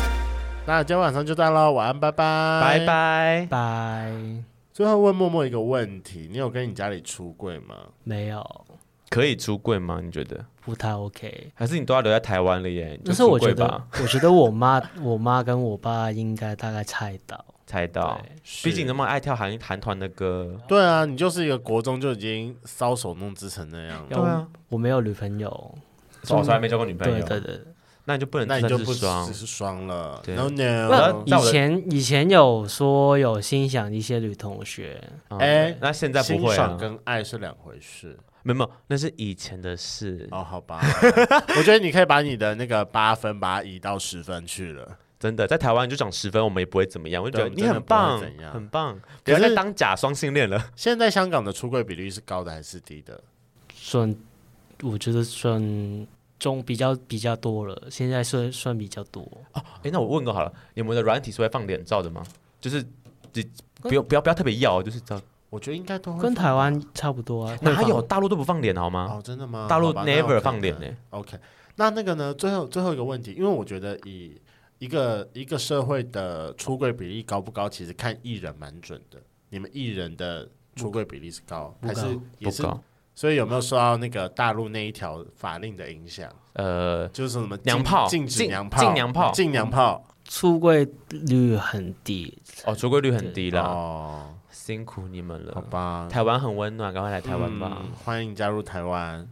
[SPEAKER 2] 那今天晚上就这样喽，晚安，拜拜，
[SPEAKER 1] 拜。拜。
[SPEAKER 3] 拜，
[SPEAKER 2] 最后问默默一个问题：你有跟你家里出柜吗？
[SPEAKER 3] 没有，
[SPEAKER 1] 可以出柜吗？你觉得？
[SPEAKER 3] 不太 OK。
[SPEAKER 1] 还是你都要留在台湾了耶？你就
[SPEAKER 3] 但是我
[SPEAKER 1] 出柜
[SPEAKER 3] 觉得
[SPEAKER 1] 吧，
[SPEAKER 3] 我觉得我妈、我妈跟我爸应该大概猜到，
[SPEAKER 1] 猜到，毕竟你那么爱跳韩韩团的歌。
[SPEAKER 2] 对啊，你就是一个国中就已经搔首弄姿成那样
[SPEAKER 3] 对
[SPEAKER 2] 了，
[SPEAKER 1] 啊，
[SPEAKER 3] 我没有女朋友，
[SPEAKER 1] 所以
[SPEAKER 2] 哦
[SPEAKER 1] 我从来没交过女朋友，
[SPEAKER 3] 对对对，
[SPEAKER 1] 那你就不能
[SPEAKER 2] 那你就不
[SPEAKER 1] 算是双
[SPEAKER 2] 只。是双了。
[SPEAKER 1] 对
[SPEAKER 2] No
[SPEAKER 1] 那
[SPEAKER 2] no，
[SPEAKER 1] 在我
[SPEAKER 3] 以
[SPEAKER 1] 的
[SPEAKER 3] 前以前有说有欣赏一些女同学，
[SPEAKER 1] 嗯
[SPEAKER 2] 哎
[SPEAKER 1] 那现在不会
[SPEAKER 2] 欣赏
[SPEAKER 1] 啊？
[SPEAKER 2] 跟爱是两回事。
[SPEAKER 1] 没有没有，那是以前的事，
[SPEAKER 2] 哦，好吧， 我觉得你可以把你的那个八分把它移到十分去了。
[SPEAKER 1] 真的，在台湾你就长十分，我们也不会怎么样，我就觉得
[SPEAKER 2] 对
[SPEAKER 1] 你
[SPEAKER 2] 我们
[SPEAKER 1] 很
[SPEAKER 2] 真的不会
[SPEAKER 1] 棒
[SPEAKER 2] 怎，样
[SPEAKER 1] 很棒，不要
[SPEAKER 2] 可是
[SPEAKER 1] 再当假双性恋了。
[SPEAKER 2] 现在香港的出柜比率是高的还是低的？
[SPEAKER 3] 算我觉得算中比较比较多了，现在算算比较多，
[SPEAKER 1] 哎，那我问个好了，你们的软体是会放脸照的吗？就是你
[SPEAKER 2] 嗯
[SPEAKER 1] 不要不要不要特别要，就是这样
[SPEAKER 2] 我觉得应该都会
[SPEAKER 3] 跟
[SPEAKER 2] 放
[SPEAKER 3] 台湾差不多啊。会
[SPEAKER 1] 哪
[SPEAKER 3] 放
[SPEAKER 1] 有大陆都不放脸好吗？
[SPEAKER 2] 哦，真的吗？
[SPEAKER 1] 啊大陆
[SPEAKER 2] 好吧那有
[SPEAKER 1] never
[SPEAKER 2] 可能
[SPEAKER 1] 放脸欸呢。
[SPEAKER 2] OK，那那个呢？最后最后一个问题，因为我觉得以一个一个社会的出柜比例高不高，其实看艺人蛮准的。你们艺人的出柜比例是高
[SPEAKER 3] 不
[SPEAKER 2] 还是
[SPEAKER 3] 高
[SPEAKER 2] 也
[SPEAKER 1] 不
[SPEAKER 2] 是
[SPEAKER 1] 高，
[SPEAKER 2] 所以有没有受到那个大陆那一条法令的影响？
[SPEAKER 1] 呃，
[SPEAKER 2] 就是什么禁
[SPEAKER 1] 娘炮
[SPEAKER 2] 禁止
[SPEAKER 1] 禁
[SPEAKER 2] 娘炮、
[SPEAKER 1] 禁娘炮
[SPEAKER 2] 禁娘炮
[SPEAKER 3] 出柜率很低，
[SPEAKER 1] 哦，出柜率很低啦，
[SPEAKER 2] 哦，
[SPEAKER 1] 辛苦你们
[SPEAKER 2] 好
[SPEAKER 1] 了。
[SPEAKER 2] 吧，
[SPEAKER 1] 台湾很温暖，赶快来台湾吧。
[SPEAKER 2] 嗯欢迎加入台湾。